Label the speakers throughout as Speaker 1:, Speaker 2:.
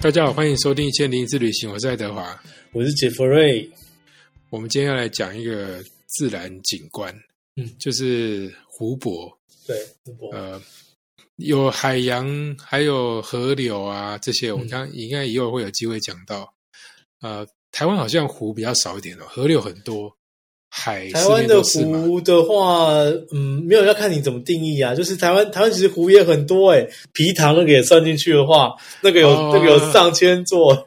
Speaker 1: 大家好，欢迎收听《一千零一次旅行》，我是爱德华。
Speaker 2: 我是杰弗瑞。
Speaker 1: 我们今天要来讲一个自然景观，
Speaker 2: 嗯
Speaker 1: 就是湖泊，
Speaker 2: 对，我
Speaker 1: 呃，有海洋，还有河流啊这些，
Speaker 2: 嗯
Speaker 1: 我刚应该以后会有机会讲到。呃，台湾好像湖比较少一点哦，河流很多，海
Speaker 2: 台
Speaker 1: 四
Speaker 2: 湾
Speaker 1: 面
Speaker 2: 的
Speaker 1: 都是嘛。
Speaker 2: 湖的话，嗯，没有要看你怎么定义啊。就是台湾，台湾其实湖也很多诶、皮塘那个也算进去的话，那个有、
Speaker 1: 哦
Speaker 2: 那个有上千座。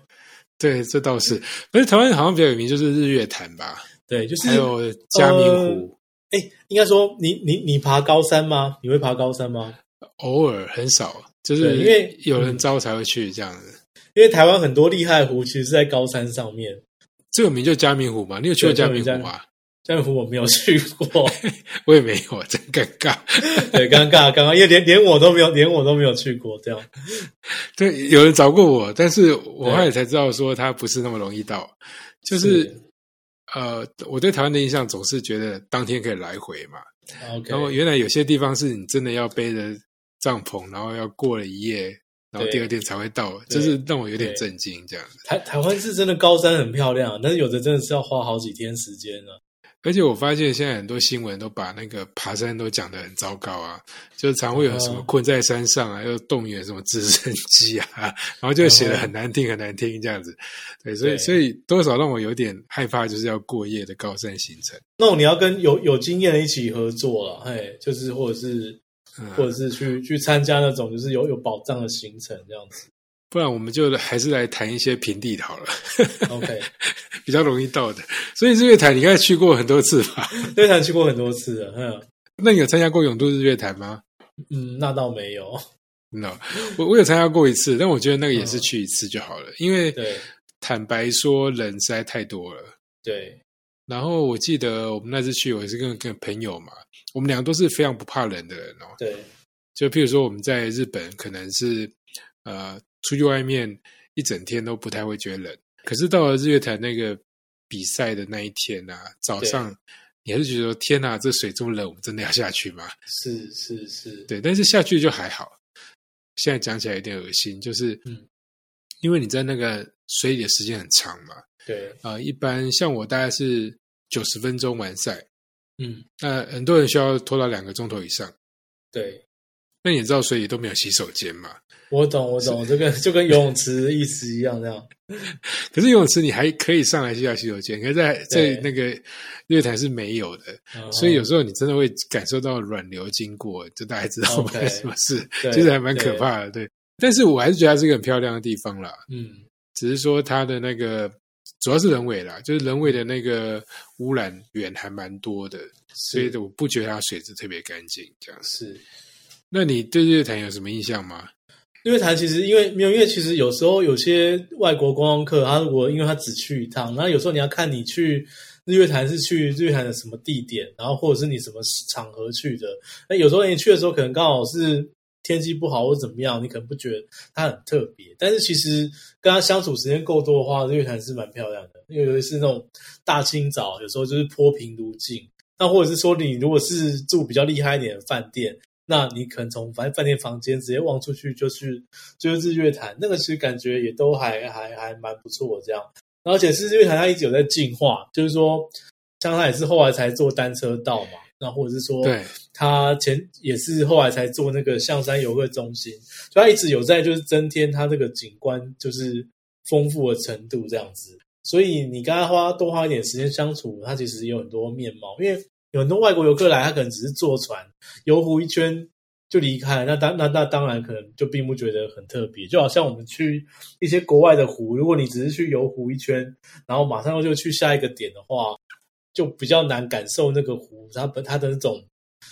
Speaker 1: 对，这倒是。可是台湾好像比较有名就是日月潭吧，
Speaker 2: 对，就是
Speaker 1: 还有嘉明湖，
Speaker 2: 哎、应该说你你你爬高山吗？你会爬高山吗？
Speaker 1: 偶尔很少，就是
Speaker 2: 对因为嗯
Speaker 1: 有人招才会去这样子。
Speaker 2: 因为台湾很多厉害的湖其实是在高山上面。
Speaker 1: 最有名就嘉明湖嘛，你有去过
Speaker 2: 对
Speaker 1: 嘉
Speaker 2: 嘉
Speaker 1: 明
Speaker 2: 明
Speaker 1: 湖吗？
Speaker 2: 这样湖我没有去过，
Speaker 1: 我也没有， 真尴尬。
Speaker 2: 对，尴尬，刚刚因为连连我都没有，连我都没有去过，这样
Speaker 1: 对，有人找过我，但是我
Speaker 2: 对
Speaker 1: 后来才知道说它不是那么容易到，就是呃，我对台湾的印象总是觉得当天可以来回嘛，
Speaker 2: OK，
Speaker 1: 然后原来有些地方是你真的要背着帐篷，然后要过了一夜，然后
Speaker 2: 对
Speaker 1: 第二天才会到，
Speaker 2: 对
Speaker 1: 就是让我有点
Speaker 2: 对
Speaker 1: 震惊这样。
Speaker 2: 台台湾是真的高山很漂亮，啊但是有的真的是要花好几天时间啊。
Speaker 1: 而且我发现现在很多新闻都把那个爬山都讲得很糟糕啊，就常会有什么
Speaker 2: 嗯
Speaker 1: 困在山上啊，又动员什么直升机啊，然后就写得很难听很难听这样子。对，所以
Speaker 2: 嗯对
Speaker 1: 所以多少让我有点害怕，就是要过夜的高山行程。
Speaker 2: 那种你要跟有有经验的一起合作了，嘿，就是或者是或者
Speaker 1: 嗯，
Speaker 2: 是去去参加那种就是有有保障的行程这样子。
Speaker 1: 不然我们就还是来谈一些平地好了，
Speaker 2: OK，
Speaker 1: 比较容易到的。所以日月潭你应该去过很多次吧？
Speaker 2: 日坛去过很多次了，哼，
Speaker 1: 那你有参加过永渡日月潭吗？
Speaker 2: 嗯，那倒没有。
Speaker 1: no，我我有参加过一次，但我觉得那个也是去一次就好了，因为
Speaker 2: 嗯对
Speaker 1: 坦白说人实在太多了。
Speaker 2: 对，
Speaker 1: 然后我记得我们那次去，我也是跟跟朋友嘛，我们两个都是非常不怕人的人哦。
Speaker 2: 对，
Speaker 1: 就譬如说我们在日本，可能是呃出去外面一整天都不太会觉得冷，可是到了日月潭那个比赛的那一天啊，早上你还是觉得说天哪，这水这么冷，我们真的要下去吗？
Speaker 2: 是是是，
Speaker 1: 对，但是下去就还好。现在讲起来有点恶心，就是，
Speaker 2: 嗯
Speaker 1: 因为你在那个水里的时间很长嘛，
Speaker 2: 对，
Speaker 1: 啊、一般像我大概是九十分钟完赛，
Speaker 2: 嗯，
Speaker 1: 那很多人需要拖到两个钟头以上。
Speaker 2: 对，
Speaker 1: 那你也知道水里都没有洗手间嘛？
Speaker 2: 我懂我懂，就跟就跟游泳池的意思一样，这样。
Speaker 1: 可是游泳池你还可以上来去下洗手间，可是在在
Speaker 2: 对哦
Speaker 1: 那个月台是没有的，所以有时候你真的会感受到软流经过，就大家知道
Speaker 2: OK
Speaker 1: 发生什么事，
Speaker 2: 哦对
Speaker 1: 其实还蛮可怕的。对，但是我还是觉得它是一个很漂亮的地方啦。
Speaker 2: 嗯，
Speaker 1: 只是说它的那个主要是人为啦，就是人为的那个污染源还蛮多的，所
Speaker 2: 是
Speaker 1: 以我不觉得它水质特别干净这样子。
Speaker 2: 是。
Speaker 1: 那你对日月潭有什么印象吗？
Speaker 2: 因为台其实因为没有，因为其实有时候有些外国观光客，他如果因为他只去一趟，然后有时候你要看你去日月潭是去日月潭的什么地点，然后或者是你什么场合去的。那有时候你去的时候，可能刚好是天气不好或怎么样，你可能不觉得它很特别。但是其实跟他相处时间够多的话，日月潭是蛮漂亮的，因为尤其是那种大清早，有时候就是波平如镜。那或者是说，你如果是住比较厉害一点的饭店，那你可能从反正饭店房间直接望出去就是就是日月潭，那个其实感觉也都还还还蛮不错这样。而且是日月潭它一直有在进化，就是说，像它也是后来才做单车道嘛，那或者是说，
Speaker 1: 对，
Speaker 2: 它前也是后来才做那个象山游客中心，所以它一直有在就是增添它这个景观就是丰富的程度这样子。所以你跟他花多花一点时间相处，它其实有很多面貌，因为有很多外国游客来，他可能只是坐船游湖一圈就离开了，那当那那当然可能就并不觉得很特别，就好像我们去一些国外的湖，如果你只是去游湖一圈，然后马上就去下一个点的话，就比较难感受那个湖它本它的那种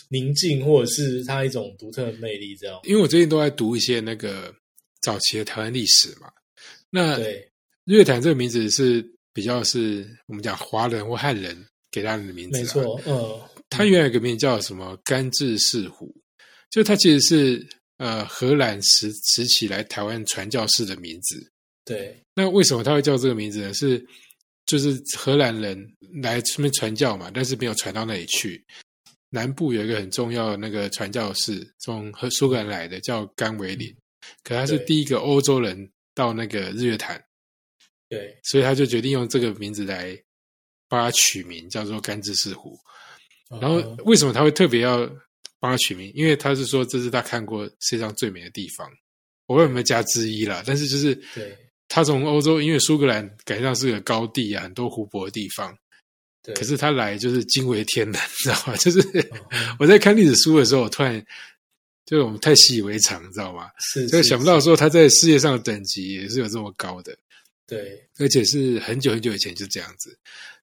Speaker 2: 宁静，或者是它一种独特的魅力。这样
Speaker 1: 因为我最近都在读一些那个早期的台湾历史嘛。那
Speaker 2: 对
Speaker 1: 日月潭这个名字是比较是我们讲华人或汉人给它的名字，啊
Speaker 2: 没。错，嗯，
Speaker 1: 它原来有个名字叫什么甘治士湖，就它其实是呃荷兰时时期来台湾传教士的名字。
Speaker 2: 对
Speaker 1: 那为什么他会叫这个名字呢？是就是荷兰人来这边传教嘛，但是没有传到那里去。南部有一个很重要的那个传教士，从和苏格兰来的，叫甘维林，可他是
Speaker 2: 嗯对
Speaker 1: 第一个欧洲人到那个日月潭，
Speaker 2: 对，
Speaker 1: 所以他就决定用这个名字来帮他取名，叫做甘之四湖。
Speaker 2: 哦
Speaker 1: 然后为什么他会特别要帮他取名？因为他是说这是他看过世界上最美的地方，我为什么加之一啦？但是就是
Speaker 2: 对
Speaker 1: 他从欧洲，因为苏格兰感觉上是个高地啊，很多湖泊的地方，
Speaker 2: 对，
Speaker 1: 可是他来就是惊为天人， 你知道吗？就是
Speaker 2: 嗯
Speaker 1: 我在看历史书的时候，我突然就是我们太习以为常，你知道吗？
Speaker 2: 是
Speaker 1: 就是想不到说他在世界上的等级也是有这么高的，
Speaker 2: 对，
Speaker 1: 而且是很久很久以前就这样子。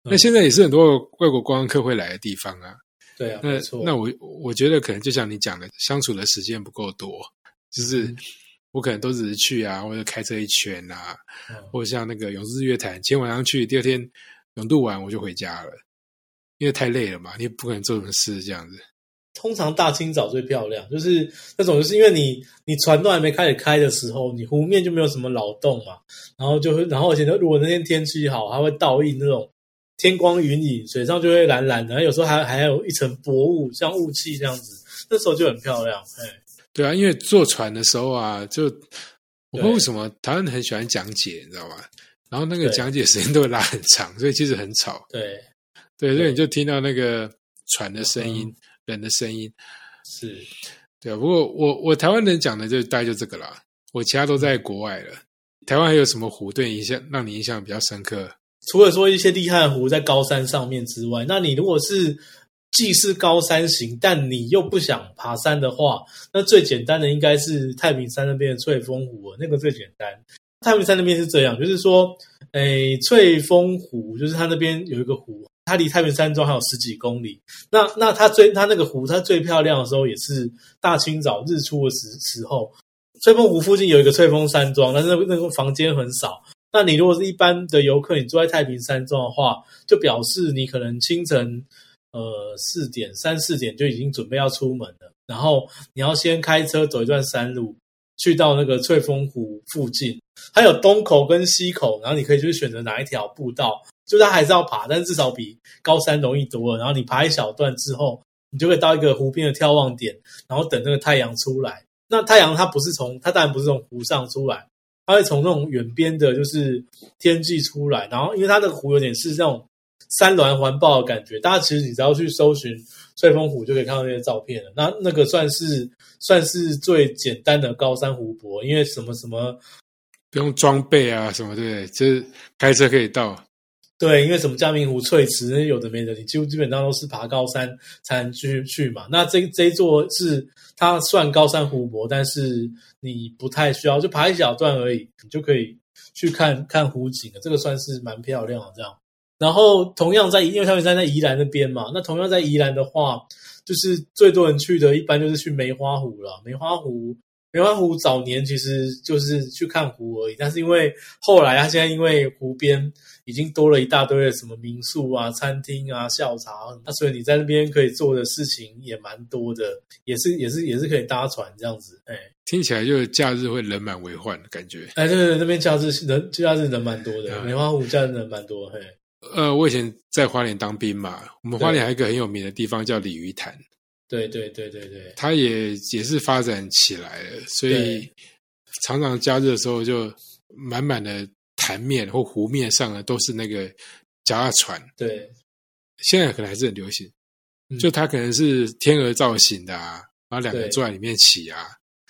Speaker 2: 嗯
Speaker 1: 那现在也是很多外国观光客会来的地方啊。
Speaker 2: 对啊，
Speaker 1: 那
Speaker 2: 没错，
Speaker 1: 那我我觉得可能就像你讲的，相处的时间不够多，就是
Speaker 2: 嗯
Speaker 1: 我可能都只是去啊，或者开车一圈啊，
Speaker 2: 嗯
Speaker 1: 或者像那个永日月潭，今天晚上去，第二天永渡完我就回家了，因为太累了嘛，你也不可能做什么事这样子。
Speaker 2: 通常大清早最漂亮，就是那种，就是因为你你船都还没开始开的时候，你湖面就没有什么扰动嘛，然后就会，然后而且如果那天天气好，它会倒映那种天光云影，水上就会蓝蓝的，然后有时候还还有一层薄雾，像雾气这样子，那时候就很漂亮。哎，
Speaker 1: 对啊，因为坐船的时候啊，就我不知道
Speaker 2: 对
Speaker 1: 为什么台湾人很喜欢讲解，你知道吗？然后那个
Speaker 2: 对
Speaker 1: 讲解时间都会拉很长，所以其实很吵。
Speaker 2: 对，
Speaker 1: 对，
Speaker 2: 对嗯
Speaker 1: 所以你就听到那个船的声音、人的声音。
Speaker 2: 是，
Speaker 1: 对啊，不过我我台湾人讲的就大概就这个啦，我其他都
Speaker 2: 嗯
Speaker 1: 在国外了。台湾还有什么湖对你印象让你印象比较深刻？
Speaker 2: 除了说一些厉害的湖在高山上面之外，那你如果是既是高山型，但你又不想爬山的话，那最简单的应该是太平山那边的翠峰湖哦了，那个最简单。太平山那边是这样，就是说，诶，翠峰湖就是它那边有一个湖，它离太平山庄还有十几公里。那那它最它那个湖，它最漂亮的时候也是大清早日出的时时候。翠峰湖附近有一个翠峰山庄，但是那个那个房间很少，那你如果是一般的游客，你住在太平山庄的话，就表示你可能清晨呃四点三四点就已经准备要出门了，然后你要先开车走一段山路，去到那个翠峰湖附近，它有东口跟西口，然后你可以就是选择哪一条步道，就它还是要爬，但至少比高山容易多了。然后你爬一小段之后，你就会到一个湖边的眺望点，然后等那个太阳出来。那太阳它不是从它当然不是从湖上出来，它会从那种远边的，就是天际出来，然后因为它的湖有点是那种山峦环抱的感觉，大家其实你只要去搜寻翠峰湖就可以看到那些照片了。那那个算是算是最简单的高山湖泊，因为什么什么
Speaker 1: 不用装备啊什么对不对？就是开车可以到。
Speaker 2: 对，因为什么嘉明湖、翠池那些有的没的，你几乎基本上都是爬高山才能去去嘛。那这这一座是它算高山湖泊，但是你不太需要，就爬一小段而已，你就可以去看看湖景了。这个算是蛮漂亮的这样。然后同样在因为太平山在宜兰那边嘛，那同样在宜兰的话，就是最多人去的，一般就是去梅花湖了。梅花湖梅花湖早年其实就是去看湖而已，但是因为后来啊它现在因为湖边已经多了一大堆的什么民宿啊、餐厅啊、下午茶啊，那所以你在那边可以做的事情也蛮多的，也是也是也是可以搭船这样子，哎
Speaker 1: 听起来就是假日会人满为患的感觉。
Speaker 2: 哎，对对，对那边假日人假日人蛮多的，
Speaker 1: 嗯
Speaker 2: 梅花湖假日人蛮多，嘿，
Speaker 1: 呃，我以前在花莲当兵嘛，我们花莲还有一个很有名的地方叫鲤鱼潭，
Speaker 2: 对对对对对，
Speaker 1: 它也也是发展起来了，所以
Speaker 2: 对
Speaker 1: 常常假日的时候就满满的潭面或湖面上呢都是那个脚踏船，
Speaker 2: 对
Speaker 1: 现在可能还是很流行，
Speaker 2: 嗯
Speaker 1: 就它可能是天鹅造型的啊，然后两个人
Speaker 2: 对
Speaker 1: 坐在里面骑啊。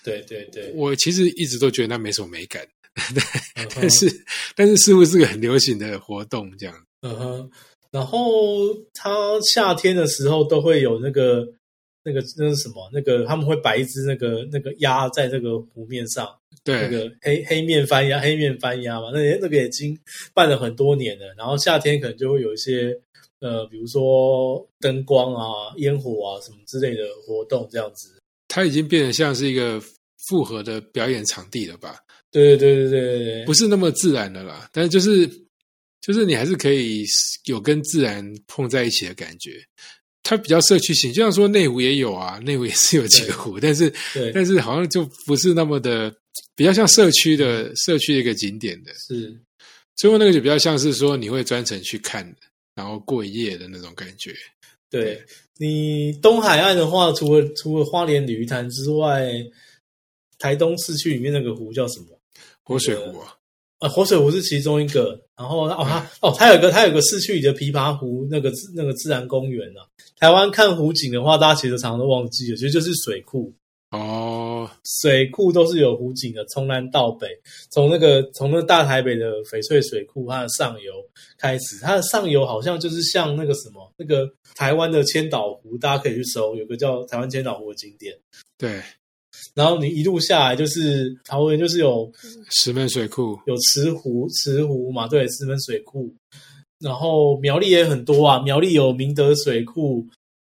Speaker 2: 对对对，
Speaker 1: 我其实一直都觉得那没什么美感，
Speaker 2: 嗯哼
Speaker 1: 但是、但是似乎是个很流行的活动这样。
Speaker 2: 嗯哼，然后它夏天的时候都会有那个那个那是什么？那个他们会摆一只那个那个鸭在那个湖面上，
Speaker 1: 对，
Speaker 2: 那个黑黑面翻鸭，黑面翻鸭嘛，那也那个已经办了很多年了。然后夏天可能就会有一些呃，比如说灯光啊、烟火啊什么之类的活动这样子。
Speaker 1: 它已经变得像是一个复合的表演场地了吧？
Speaker 2: 对对对对对
Speaker 1: 不
Speaker 2: 对，
Speaker 1: 是那么自然的啦，但是就是就是你还是可以有跟自然碰在一起的感觉。它比较社区型，就像说内湖也有啊，内湖也是有几个
Speaker 2: 对
Speaker 1: 湖，但是
Speaker 2: 对
Speaker 1: 但是好像就不是那么的，比较像社区的社区的一个景点的。
Speaker 2: 是
Speaker 1: 最后那个就比较像是说你会专程去看，然后过一夜的那种感觉。
Speaker 2: 对你东海岸的话，除了除了花莲鲤鱼潭之外，台东市区里面那个湖叫什么？
Speaker 1: 活水湖啊，
Speaker 2: 呃，活水湖是其中一个，然后哦，它哦，它有个它有个市区里的琵琶湖那个那个自然公园啊。台湾看湖景的话，大家其实常常都忘记了，其实就是水库，
Speaker 1: 哦，
Speaker 2: 水库都是有湖景的，从南到北，从那个从那个大台北的翡翠水库它的上游开始，它的上游好像就是像那个什么那个台湾的千岛湖，大家可以去搜，有个叫台湾千岛湖的景点。
Speaker 1: 对，
Speaker 2: 然后你一路下来就是桃园，就是有
Speaker 1: 石门水库，
Speaker 2: 有池湖、池湖嘛，对，石门水库。然后苗栗也很多啊，苗栗有明德水库，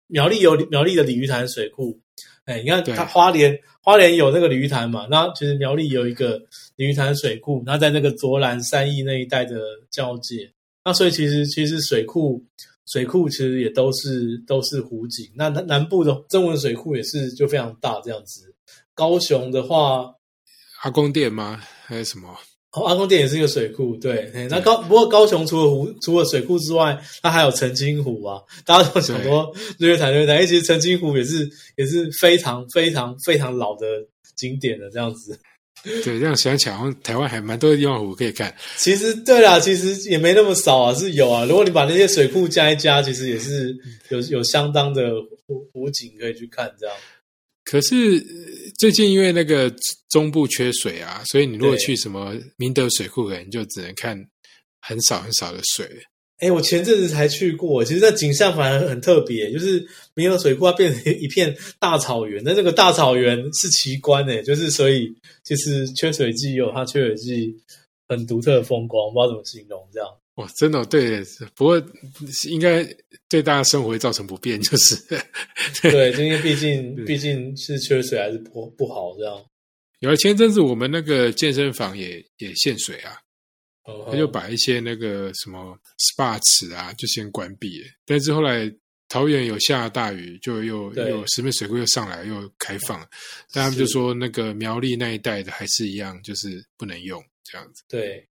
Speaker 2: 苗栗有苗栗的鲤鱼潭水库。哎，你看
Speaker 1: 对
Speaker 2: 它花莲，花莲有那个鲤鱼潭嘛，那其实苗栗有一个鲤鱼潭水库，那在那个卓兰三义那一带的交界。那所以其实其实水库水库其实也都是都是湖景。那南南部的曾文水库也是就非常大这样子。高雄的话，
Speaker 1: 阿公店吗？还有什么？
Speaker 2: 哦，阿公店也是一个水库，对。嘿那高不过高雄除了湖除了水库之外，它还有澄清湖啊。大家都想说日月潭日月潭，哎其实澄清湖也是也是非常非常非常老的景点了，这样子。
Speaker 1: 对，这样想起来，好像台湾还蛮多地方湖可以看。
Speaker 2: 其实对啦，其实也没那么少啊，是有啊。如果你把那些水库加一加，其实也是有有相当的湖湖景可以去看，这样。
Speaker 1: 可是呃最近因为那个中部缺水啊，所以你如果
Speaker 2: 对
Speaker 1: 去什么明德水库，可能就只能看很少很少的水。
Speaker 2: 哎、我前阵子才去过，其实那景象反而很特别，就是明有水库它变成一片大草原，但这个大草原是奇观诶、就是所以其实缺水季有它缺水季很独特的风光，不知道怎么形容这样。
Speaker 1: 哇，真的、哦、对，不过应该对大家生活会造成不便，就是
Speaker 2: 对，因为毕 竟毕竟是缺水还是不不好这样。
Speaker 1: 有了前阵子我们那个健身房也也限水啊，
Speaker 2: 嗯
Speaker 1: 他就把一些那个什么 SPA 池啊就先关闭了，但是后来桃园有下大雨，就又
Speaker 2: 对啊
Speaker 1: 又石门水库又上来又开放了，但他们就说那个苗栗那一带的还是一样，就是不能用这样子。
Speaker 2: 对，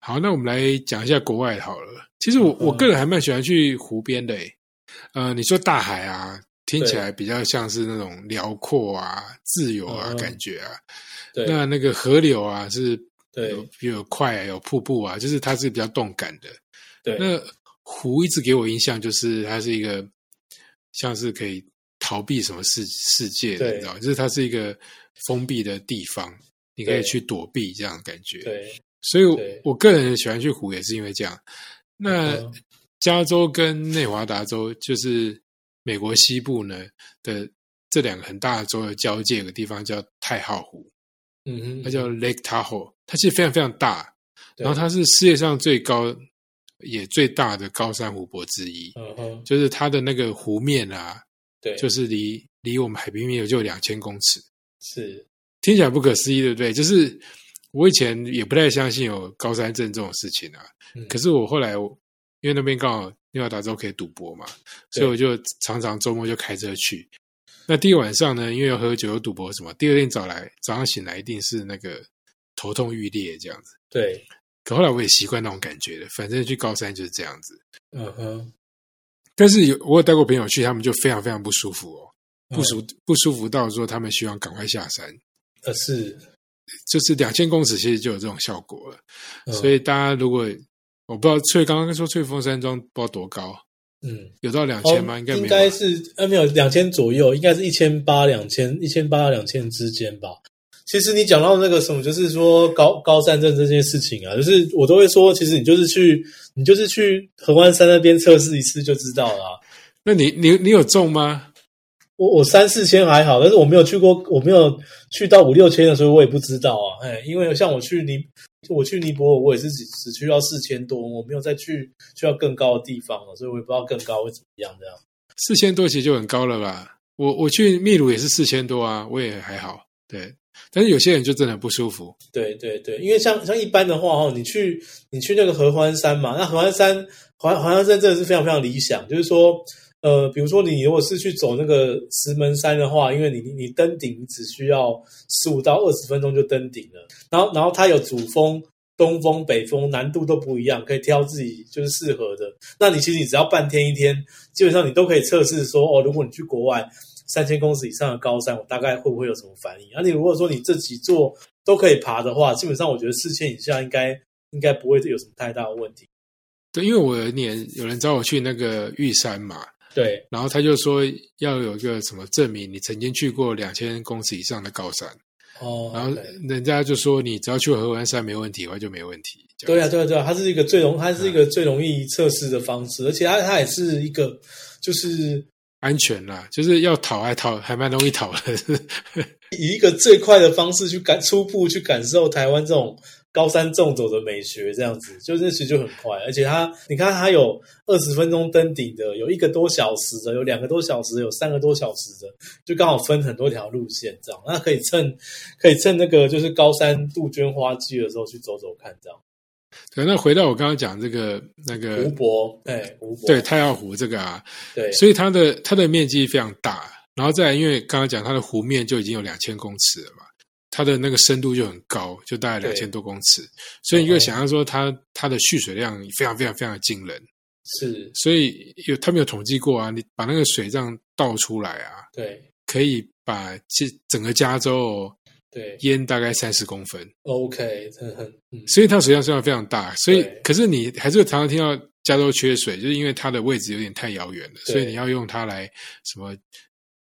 Speaker 1: 好，那我们来讲一下国外的好了。其实我
Speaker 2: 嗯
Speaker 1: 我个人还蛮喜欢去湖边的、诶。呃，你说大海啊，听起来比较像是那种辽阔啊、自由啊
Speaker 2: 嗯
Speaker 1: 感觉啊。
Speaker 2: 对
Speaker 1: 那那个河流啊，是
Speaker 2: 对
Speaker 1: 有有快、啊、有瀑布啊，就是它是比较动感的。
Speaker 2: 对，
Speaker 1: 那湖一直给我印象就是它是一个像是可以逃避什么世世界的，
Speaker 2: 对
Speaker 1: 你知道吗，就是它是一个封闭的地方，你可以
Speaker 2: 对
Speaker 1: 去躲避这样的感觉。
Speaker 2: 对，
Speaker 1: 所以我
Speaker 2: 对
Speaker 1: 我个人喜欢去湖也是因为这样。那
Speaker 2: 嗯
Speaker 1: 加州跟内华达州就是美国西部呢的这两个很大的州的交界，有个地方叫太浩湖，
Speaker 2: 嗯哼，
Speaker 1: 它叫 Lake Tahoe，它其实非常非常大，
Speaker 2: 对
Speaker 1: 然后它是世界上最高也最大的高山湖泊之一，
Speaker 2: 嗯哼，
Speaker 1: 就是它的那个湖面啊，
Speaker 2: 对，
Speaker 1: 就是是离离我们海平面也就两千公尺，
Speaker 2: 是，
Speaker 1: 听起来不可思议，对不对？就是我以前也不太相信有高山症这种事情啊。
Speaker 2: 嗯
Speaker 1: 可是我后来我，因为那边刚好内华达州可以赌博嘛，
Speaker 2: 对
Speaker 1: 所以我就常常周末就开车去。那第一晚上呢，因为要喝酒又赌博什么，第二天早来早上醒来一定是那个头痛欲裂这样子。
Speaker 2: 对，
Speaker 1: 可后来我也习惯那种感觉了，反正去高山就是这样子。
Speaker 2: 嗯哼，
Speaker 1: 但是有我有带过朋友去，他们就非常非常不舒服哦，不舒
Speaker 2: 嗯
Speaker 1: 不舒服到说他们希望赶快下山。
Speaker 2: 呃是，
Speaker 1: 就是两千公尺其实就有这种效果了。
Speaker 2: 嗯
Speaker 1: 所以大家如果我不知道翠刚刚说翠峰山庄不知道多高，
Speaker 2: 嗯。
Speaker 1: 有到两
Speaker 2: 哦，
Speaker 1: 千吗？应该没有
Speaker 2: 应
Speaker 1: 吧。
Speaker 2: 该是呃没有两千左右，应该是一千八两千一千八到两千之间吧。其实你讲到那个什么，就是说高高山症这件事情啊，就是我都会说，其实你就是去你就是去合欢山那边测试一次就知道了啊、
Speaker 1: 那你你你有中吗？
Speaker 2: 我我三四千还好，但是我没有去过，我没有去到五六千的时候，我也不知道啊。哎，因为像我去尼，我去尼泊尔，我也是只只去到四千多，我没有再去去到更高的地方了，所以我也不知道更高会怎么样这样。
Speaker 1: 四千多其实就很高了吧？我我去秘鲁也是四千多啊，我也还好。对，但是有些人就真的很不舒服。
Speaker 2: 对对对，因为像像一般的话哦，你去你去那个合欢山嘛，那合欢山合合欢山真的是非常非常理想，就是说，呃，比如说你如果是去走那个石门山的话，因为你你你登顶你只需要十五到二十分钟就登顶了，然后然后它有主峰。东风、北风，难度都不一样，可以挑自己就是适合的。那你其实你只要半天一天，基本上你都可以测试说，哦，如果你去啊国外三千公尺以上的高山，我大概会不会有什么反应？而、你如果说你自己做都可以爬的话，基本上我觉得四千以下应该应该不会有什么太大的问题。
Speaker 1: 对，因为我有一年有人找我去那个玉山嘛，
Speaker 2: 对，
Speaker 1: 然后他就说要有一个什么证明，你曾经去过两千公尺以上的高山，
Speaker 2: 哦，
Speaker 1: 然后
Speaker 2: OK
Speaker 1: 人家就说你只要去合欢山没问题，我就没问题。这
Speaker 2: 对
Speaker 1: 样
Speaker 2: 啊，嗯
Speaker 1: 子，
Speaker 2: 对啊，对啊，它是一个最容，它是一个最容易测试的方式，而且它它也是一个，就是
Speaker 1: 安全啦，就是要逃还逃还蛮容易逃的。
Speaker 2: 以一个最快的方式去感初步去感受台湾这种高山纵走的美学，这样子，就是其实就很快，而且它你看它有二十分钟登顶的，有一个多小时的，有两个多小时的，有三个多小时的，就刚好分很多条路线这样，那可以趁 可以趁那个就是高山杜鹃花季的时候去走走看这样。
Speaker 1: 对，那回到我刚刚讲这个那
Speaker 2: 湖
Speaker 1: 个
Speaker 2: 泊，哎，湖
Speaker 1: 嗯
Speaker 2: 泊，
Speaker 1: 对太耀湖这个啊，
Speaker 2: 对，
Speaker 1: 所以它的它的面积非常大，然后再来因为刚刚讲它的湖面就已经有两千公尺了嘛，它的那个深度就很高，就大概
Speaker 2: 对哦
Speaker 1: 两千多公尺，所以你就想象说它它的蓄水量非常非常非常的惊人，
Speaker 2: 是，
Speaker 1: 所以有他们有统计过啊，你把那个水这样倒出来啊，
Speaker 2: 对
Speaker 1: 可以把这整个加州哦
Speaker 2: 对。
Speaker 1: 淹大概三十公分，
Speaker 2: OK，这很嗯，
Speaker 1: 所以它水量虽然非常大，所以
Speaker 2: 对
Speaker 1: 可是你还是常常听到加州缺水，就是因为它的位置有点太遥远了，
Speaker 2: 对
Speaker 1: 所以你要用它来什么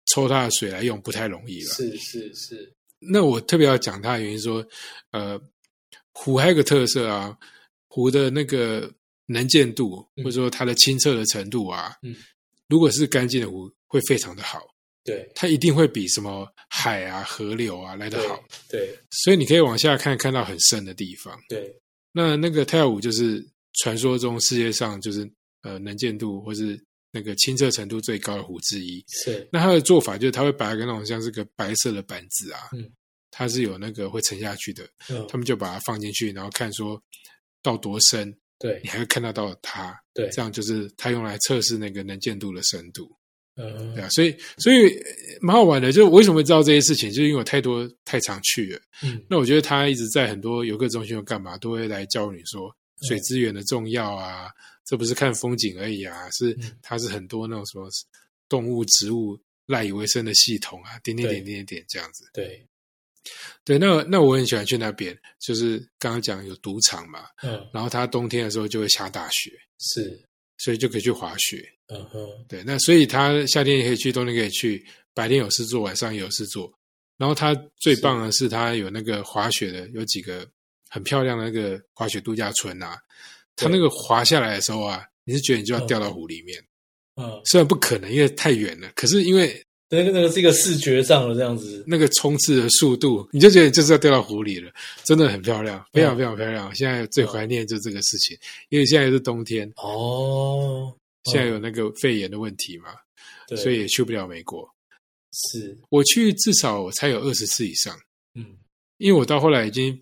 Speaker 1: 抽它的水来用不太容易了。
Speaker 2: 是是是，
Speaker 1: 那我特别要讲它的原因说，呃，湖还有个特色啊，湖的那个能见度
Speaker 2: 嗯
Speaker 1: 或者说它的清澈的程度啊，
Speaker 2: 嗯
Speaker 1: 如果是干净的湖会非常的好，
Speaker 2: 对
Speaker 1: 它一定会比什么海啊、河流啊来得
Speaker 2: 对
Speaker 1: 好，
Speaker 2: 对
Speaker 1: 所以你可以往下看，看到很深的地方。
Speaker 2: 对
Speaker 1: 那那个跳舞就是传说中世界上就是呃能见度或是那个清澈程度最高的湖之一。
Speaker 2: 是，
Speaker 1: 那它的做法就是它会把一个那种像是个白色的板子啊，
Speaker 2: 嗯
Speaker 1: 它是有那个会沉下去的，
Speaker 2: 嗯
Speaker 1: 他，们就把它放进去，然后看说到多深，
Speaker 2: 对
Speaker 1: 你还会看得到它。
Speaker 2: 对
Speaker 1: 这样就是它用来测试那个能见度的深度，
Speaker 2: 嗯
Speaker 1: 对啊，所以所以呃蛮好玩的。就是我为什么会知道这些事情，就是因为我太多太常去了，
Speaker 2: 嗯
Speaker 1: 那我觉得他一直在很多游客中心有干嘛，都会来教你说水资源的重要啊，这不是看风景而已啊，是
Speaker 2: 嗯
Speaker 1: 它是很多那种什么动物、植物赖以为生的系统啊，点点点点点点这样子。
Speaker 2: 对
Speaker 1: 对，那那我很喜欢去那边，就是刚刚讲有赌场嘛，
Speaker 2: 嗯
Speaker 1: 然后它冬天的时候就会下大雪，
Speaker 2: 是
Speaker 1: 所以就可以去滑雪。
Speaker 2: 嗯哼
Speaker 1: 对，那所以它夏天也可以去，冬天可以去，白天有事做，晚上也有事做。然后它最棒的是，它有那个滑雪的，有几个很漂亮的那个滑雪度假村啊。它
Speaker 2: 对
Speaker 1: 那个滑下来的时候啊，你是觉得你就要掉到湖里面，
Speaker 2: 嗯，
Speaker 1: 虽然不可能，因为太远了。可是因为
Speaker 2: 那个那个是一个视觉上的这样子，
Speaker 1: 那个冲刺的速度，你就觉得你就是要掉到湖里了，真的很漂亮，非常
Speaker 2: 嗯
Speaker 1: 非常漂亮。现在最怀念就这个事情，因为现在是冬天，
Speaker 2: 哦，
Speaker 1: 现在有那个肺炎的问题嘛，
Speaker 2: 对，
Speaker 1: 所以也去不了美国。
Speaker 2: 是
Speaker 1: 我去至少我才有二十次以上，
Speaker 2: 嗯
Speaker 1: 因为我到后来已经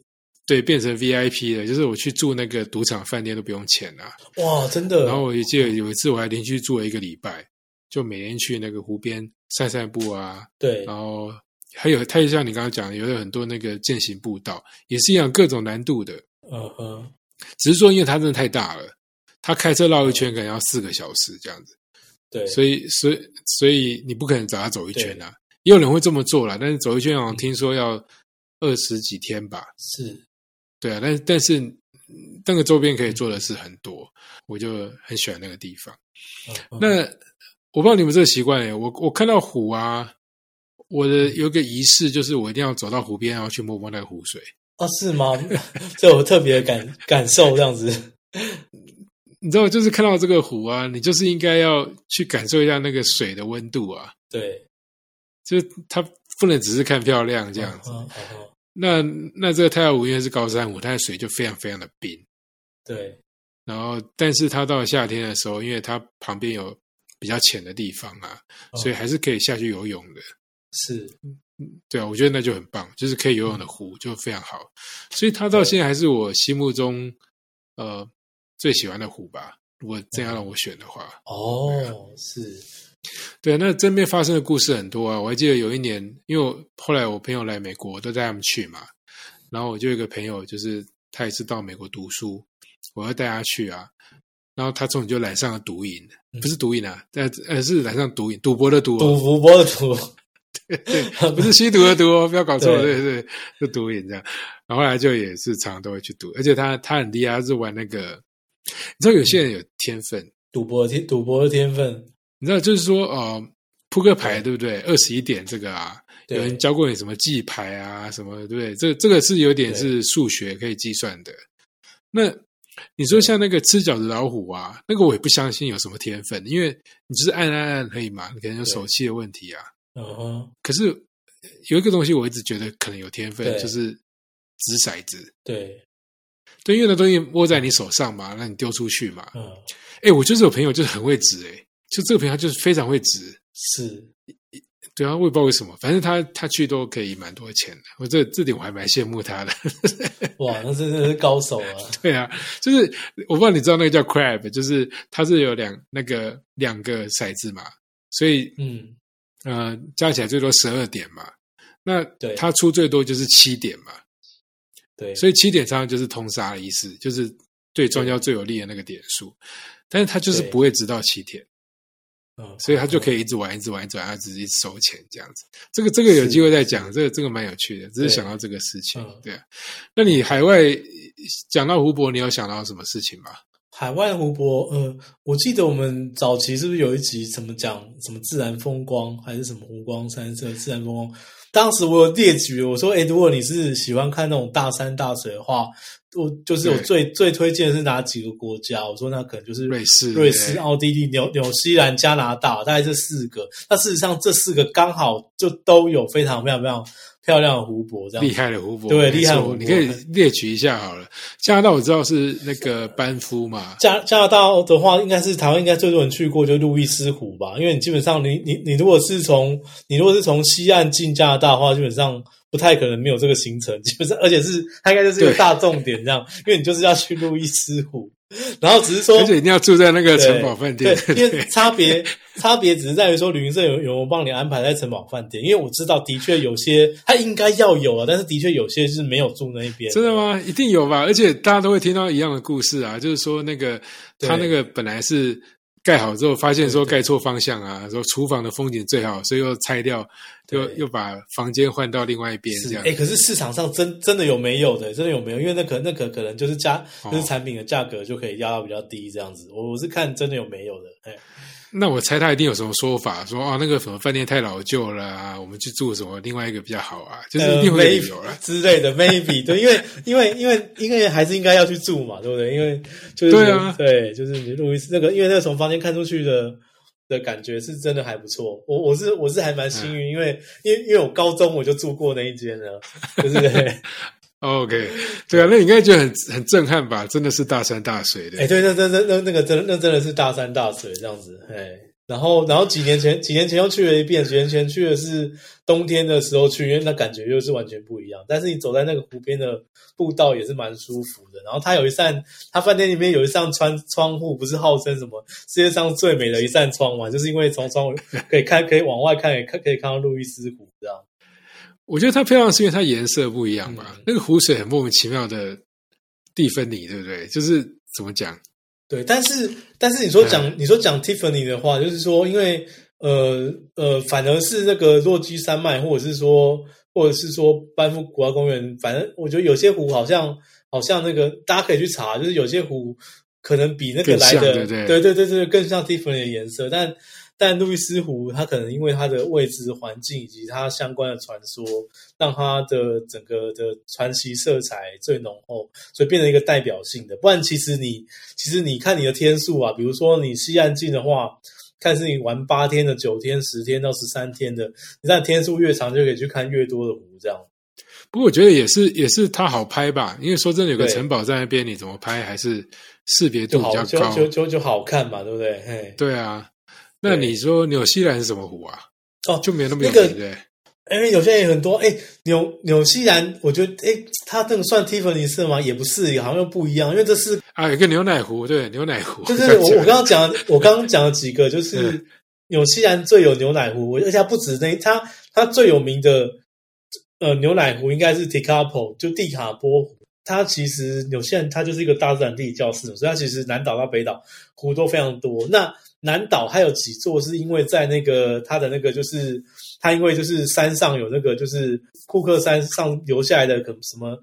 Speaker 1: 对变成 VIP 了，就是我去住那个赌场饭店都不用钱啦。
Speaker 2: 哇，真的，
Speaker 1: 然后我记得有一次我还连续住了一个礼拜，就每天去那个湖边散散步啊，
Speaker 2: 对
Speaker 1: 然后还有它就像你刚刚讲的，有很多那个践行步道也是一样各种难度的，
Speaker 2: 嗯哼
Speaker 1: 只是说因为它真的太大了，它开车绕一圈可能要四个小时这样子。
Speaker 2: 对，
Speaker 1: 所
Speaker 2: 以
Speaker 1: 以，所以，所以你不可能找他走一圈啊。也有人会这么做啦，但是走一圈好像听说要二十几天吧？
Speaker 2: 是
Speaker 1: 对啊，但是但是嗯那个周边可以做的事很多，我就很喜欢那个地方。
Speaker 2: 嗯哼
Speaker 1: 那我不知道你们这个习惯诶，我我看到湖啊，我的有一个仪式就是我一定要走到湖边，然后去摸摸那个湖水。
Speaker 2: 哦是吗？ 这有特别的感感受这样子，
Speaker 1: 你知道，就是看到这个湖啊，你就是应该要去感受一下那个水的温度啊，
Speaker 2: 对，
Speaker 1: 就是它不能只是看漂亮 这样子。
Speaker 2: 嗯哼嗯哼
Speaker 1: 那那这个太阳湖因为是高山湖，它的水就非常非常的冰。
Speaker 2: 对，
Speaker 1: 然后，但是它到了夏天的时候，因为它旁边有比较浅的地方啊，
Speaker 2: 嗯
Speaker 1: 所以还是可以下去游泳的。
Speaker 2: 是
Speaker 1: 对啊，我觉得那就很棒，就是可以游泳的湖就非常好。所以它到现在还是我心目中呃最喜欢的湖吧。如果真要让我选的话，
Speaker 2: 哦是，
Speaker 1: 对啊，那这边发生的故事很多啊。我还记得有一年，因为我后来我朋友来美国，我都带他们去嘛。然后我就有一个朋友，就是他也是到美国读书，我要带他去啊。然后他终于就染嗯上了毒瘾，不是毒瘾啊，但呃是染上毒瘾，赌博的赌、
Speaker 2: 赌
Speaker 1: 啊。
Speaker 2: 福波的赌，
Speaker 1: 对，不是吸毒的毒哦，不要搞错，
Speaker 2: 对
Speaker 1: 对对，就毒瘾这样。然后后来就也是常常都会去赌，而且他他很厉害，他是玩那个，你知道有些人有天分，
Speaker 2: 赌博的天赌博的天分，
Speaker 1: 你知道就是说呃，扑克牌对不对？二十一点这个啊，
Speaker 2: 对
Speaker 1: 有人教过你什么记牌啊，什么对不对？这这个是有点
Speaker 2: 对
Speaker 1: 是数学可以计算的。那你说像那个吃饺子老虎啊，那个我也不相信有什么天分，因为你就是按按按可以嘛，你可能有
Speaker 2: 对
Speaker 1: 手气的问题啊。
Speaker 2: 嗯哼，
Speaker 1: 可是有一个东西我一直觉得可能有天分，
Speaker 2: 对
Speaker 1: 就是掷骰子。
Speaker 2: 对，
Speaker 1: 对，因为那东西握在你手上嘛，那你丢出去嘛。
Speaker 2: 嗯，
Speaker 1: 哎，我就是有朋友就是很会掷，哎，就这个朋友他就是非常会掷。
Speaker 2: 是，
Speaker 1: 对啊，我也不知道为什么，反正他他去都可以蛮多钱的，我这这点我还蛮羡慕他的。
Speaker 2: 哇，那真的是高手啊，
Speaker 1: 对啊，就是我不知道你知道那个叫 crab，就是它是有两那个两个骰子嘛，所以
Speaker 2: 嗯，
Speaker 1: 呃加起来最多十二点嘛，那
Speaker 2: 对
Speaker 1: 他出最多就是七点嘛，
Speaker 2: 对，
Speaker 1: 所
Speaker 2: 以
Speaker 1: 以七点常常就是通杀的意思，就是对庄家最有利的那个点数，但是他就是
Speaker 2: 对
Speaker 1: 不会直到七点。
Speaker 2: 嗯，
Speaker 1: 所以他就可
Speaker 2: 以
Speaker 1: 以一直玩，一直玩，一直玩，他只是一直收钱这样子。这个这个有机会再讲，这个这个蛮有趣的，只是
Speaker 2: 对
Speaker 1: 想到这个事情
Speaker 2: 嗯。
Speaker 1: 对啊，那你海外讲到湖泊，你有想到什么事情吗？
Speaker 2: 海外湖泊，嗯，我记得我们早期是不是有一集怎么讲什么自然风光还是什么湖光山色自然风光？当时我有列举，我说，哎、如果你是喜欢看那种大山大水的话，我就是我
Speaker 1: 对
Speaker 2: 最最推荐的是哪几个国家？我说那可能就是
Speaker 1: 瑞士
Speaker 2: 瑞士、
Speaker 1: 对
Speaker 2: 奥地利、纽纽西兰、加拿大，大概这四个。那事实上，这四个刚好就都有非常非常非常漂亮的湖泊，这样
Speaker 1: 厉
Speaker 2: 子
Speaker 1: 害的湖泊，没错
Speaker 2: 对厉害的湖泊
Speaker 1: 你可以列举一下好了。加拿大我知道是那个班夫嘛，
Speaker 2: 加加拿大的话，应该是台湾应该最多人去过，就是路易斯湖吧。因为你基本上你，你你如果是从你如果是从西岸进加拿大的话，基本上不太可能没有这个行程。 基本上，而且是它应该就是一个
Speaker 1: 对
Speaker 2: 大重 点这样，因为你就是要去路易斯湖，然后只是说
Speaker 1: 而且一定要住在那个城堡饭店。
Speaker 2: 对，因为差别差别只是在于说，旅行社有有没有帮你安排在城堡饭店？因为我知道的确有些它应该要有啊，但是的确有些是没有住那一边。
Speaker 1: 真的？吗？一定有吧！而且大家都会听到一样的故事啊，就是说那个
Speaker 2: 对
Speaker 1: 他那个本来是盖好之后，发现说盖错方向啊，说厨房的风景最好，所以又拆掉，
Speaker 2: 对
Speaker 1: 又又把房间换到另外一边这
Speaker 2: 是
Speaker 1: 样
Speaker 2: 哎、。可是市场上真真的有没有的，真的有没有？因为那可那可可能就是价，
Speaker 1: 哦
Speaker 2: 就是产品的价格就可以压到比较低这样子。我我是看真的有没有的，哎、
Speaker 1: 那我猜他一定有什么说法，说啊那个什么饭店太老旧了啊，我们去住什么另外一个比较好啊，就是一定会有理由
Speaker 2: 呃，maybe
Speaker 1: 啦。
Speaker 2: 之类的，maybe 对，因为因为因为因为还是应该要去住嘛，对不对？因为就是
Speaker 1: 对啊
Speaker 2: 对，就是你路易斯那个，因为那个从房间看出去的的感觉是真的还不错。我我是我是还蛮幸
Speaker 1: 嗯
Speaker 2: 运，因为因为因为我高中我就住过那一间了，就是 哎、
Speaker 1: OK，对啊，那你应该觉得很很震撼吧？真的是大山大水的。
Speaker 2: 哎对，那那那那那个真的那真的是大山大水这样子，哎。然后，然后几年前，几年前又去了一遍。几年前去的是冬天的时候去，因为那感觉又是完全不一样。但是你走在那个湖边的步道也是蛮舒服的。然后它有一扇，它饭店里面有一扇窗窗户，不是号称什么世界上最美的一扇窗嘛？就是因为从窗户可以看，可以往外看，也看可以看到路易斯湖这样。
Speaker 1: 我觉得它漂亮是因为它颜色不一样吧。
Speaker 2: 嗯
Speaker 1: 那个湖水很莫名其妙的蒂芬尼，对不对？就是怎么讲？
Speaker 2: 对，但是但是你说讲、你说讲 Tiffany 的话，就是说因为呃呃，反而是那个落基山脉，或者是说或者是说班夫国家公园，反正我觉得有些湖好像好像那个大家可以去查，就是有些湖可能比那个
Speaker 1: 更
Speaker 2: 来
Speaker 1: 像
Speaker 2: 的
Speaker 1: 对不对
Speaker 2: 对对对对更像 Tiffany 的颜色，但但路易斯湖它可能因为它的位置、环境以及它相关的传说，让它的整个的传奇色彩最浓厚，所以变成一个代表性的。不然，其实你其实你看你的天数啊，比如说你西岸进的话，看是你玩八天的、九天、十天到十三天的，你看天数越长，就可以去看越多的湖，这样。
Speaker 1: 不过我觉得也是，也是它好拍吧，因为说真的，有个
Speaker 2: 对
Speaker 1: 城堡在那边，你怎么拍还是识别
Speaker 2: 就
Speaker 1: 度比
Speaker 2: 好
Speaker 1: 较
Speaker 2: 就
Speaker 1: 高。
Speaker 2: 就就就好看嘛，对不对？嘿，
Speaker 1: 对啊，那
Speaker 2: 对
Speaker 1: 你说纽西兰是什么湖啊？
Speaker 2: 哦
Speaker 1: 就没有那么有
Speaker 2: 那个
Speaker 1: 名，对不对
Speaker 2: 因为有些人也很多，哎、纽纽西兰，我觉得，哎、它这个算 Tiffany 色吗？也不是，好像又不一样，因为这是
Speaker 1: 啊，有一个牛奶湖，对，牛奶湖。
Speaker 2: 就是
Speaker 1: 这样
Speaker 2: 我
Speaker 1: 讲
Speaker 2: 我刚刚讲，我刚刚讲了几 个，就是
Speaker 1: 嗯
Speaker 2: 纽西兰最有牛奶湖，而且它不止那它它最有名的呃牛奶湖应该是 Tekapo，就蒂卡波湖，它其实纽西兰它就是一个大自然地理教室，所以它其实南岛到北岛湖都非常多。那南岛还有几座是因为在那个它的那个就是它因为就是山上有那个就是库克山上留下来的可能什么。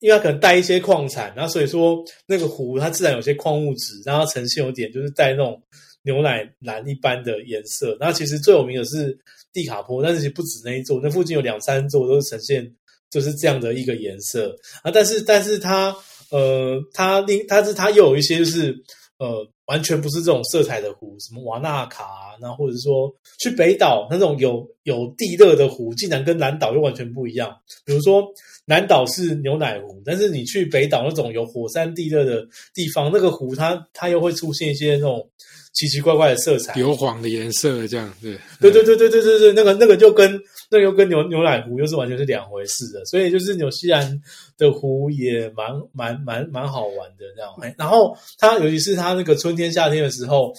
Speaker 2: 因为它可能带一些矿产，然后所以说那个湖它自然有些矿物质，然后呈现有点就是带那种牛奶蓝一般的颜色。然后其实最有名的是蒂卡坡，但是其实不止那一座，那附近有两三座都是呈现就是这样的一个颜色啊。但是但是它呃它另但是它又有一些就是呃完全不是这种色彩的湖，什么瓦纳卡、啊，然后或者说去北岛那种有有地热的湖，竟然跟南岛又完全不一样，比如说。南岛是牛奶湖，但是你去北岛那种有火山地热的地方，那个湖它它又会出现一些那种奇奇怪怪的色彩，
Speaker 1: 硫磺的颜色这样，对，
Speaker 2: 对对对对对对对，那个那个就跟那个又跟牛牛奶湖又是完全是两回事的，所以就是纽西兰的湖也蛮蛮蛮蛮好玩的这样，然后它尤其是它那个春天夏天的时候，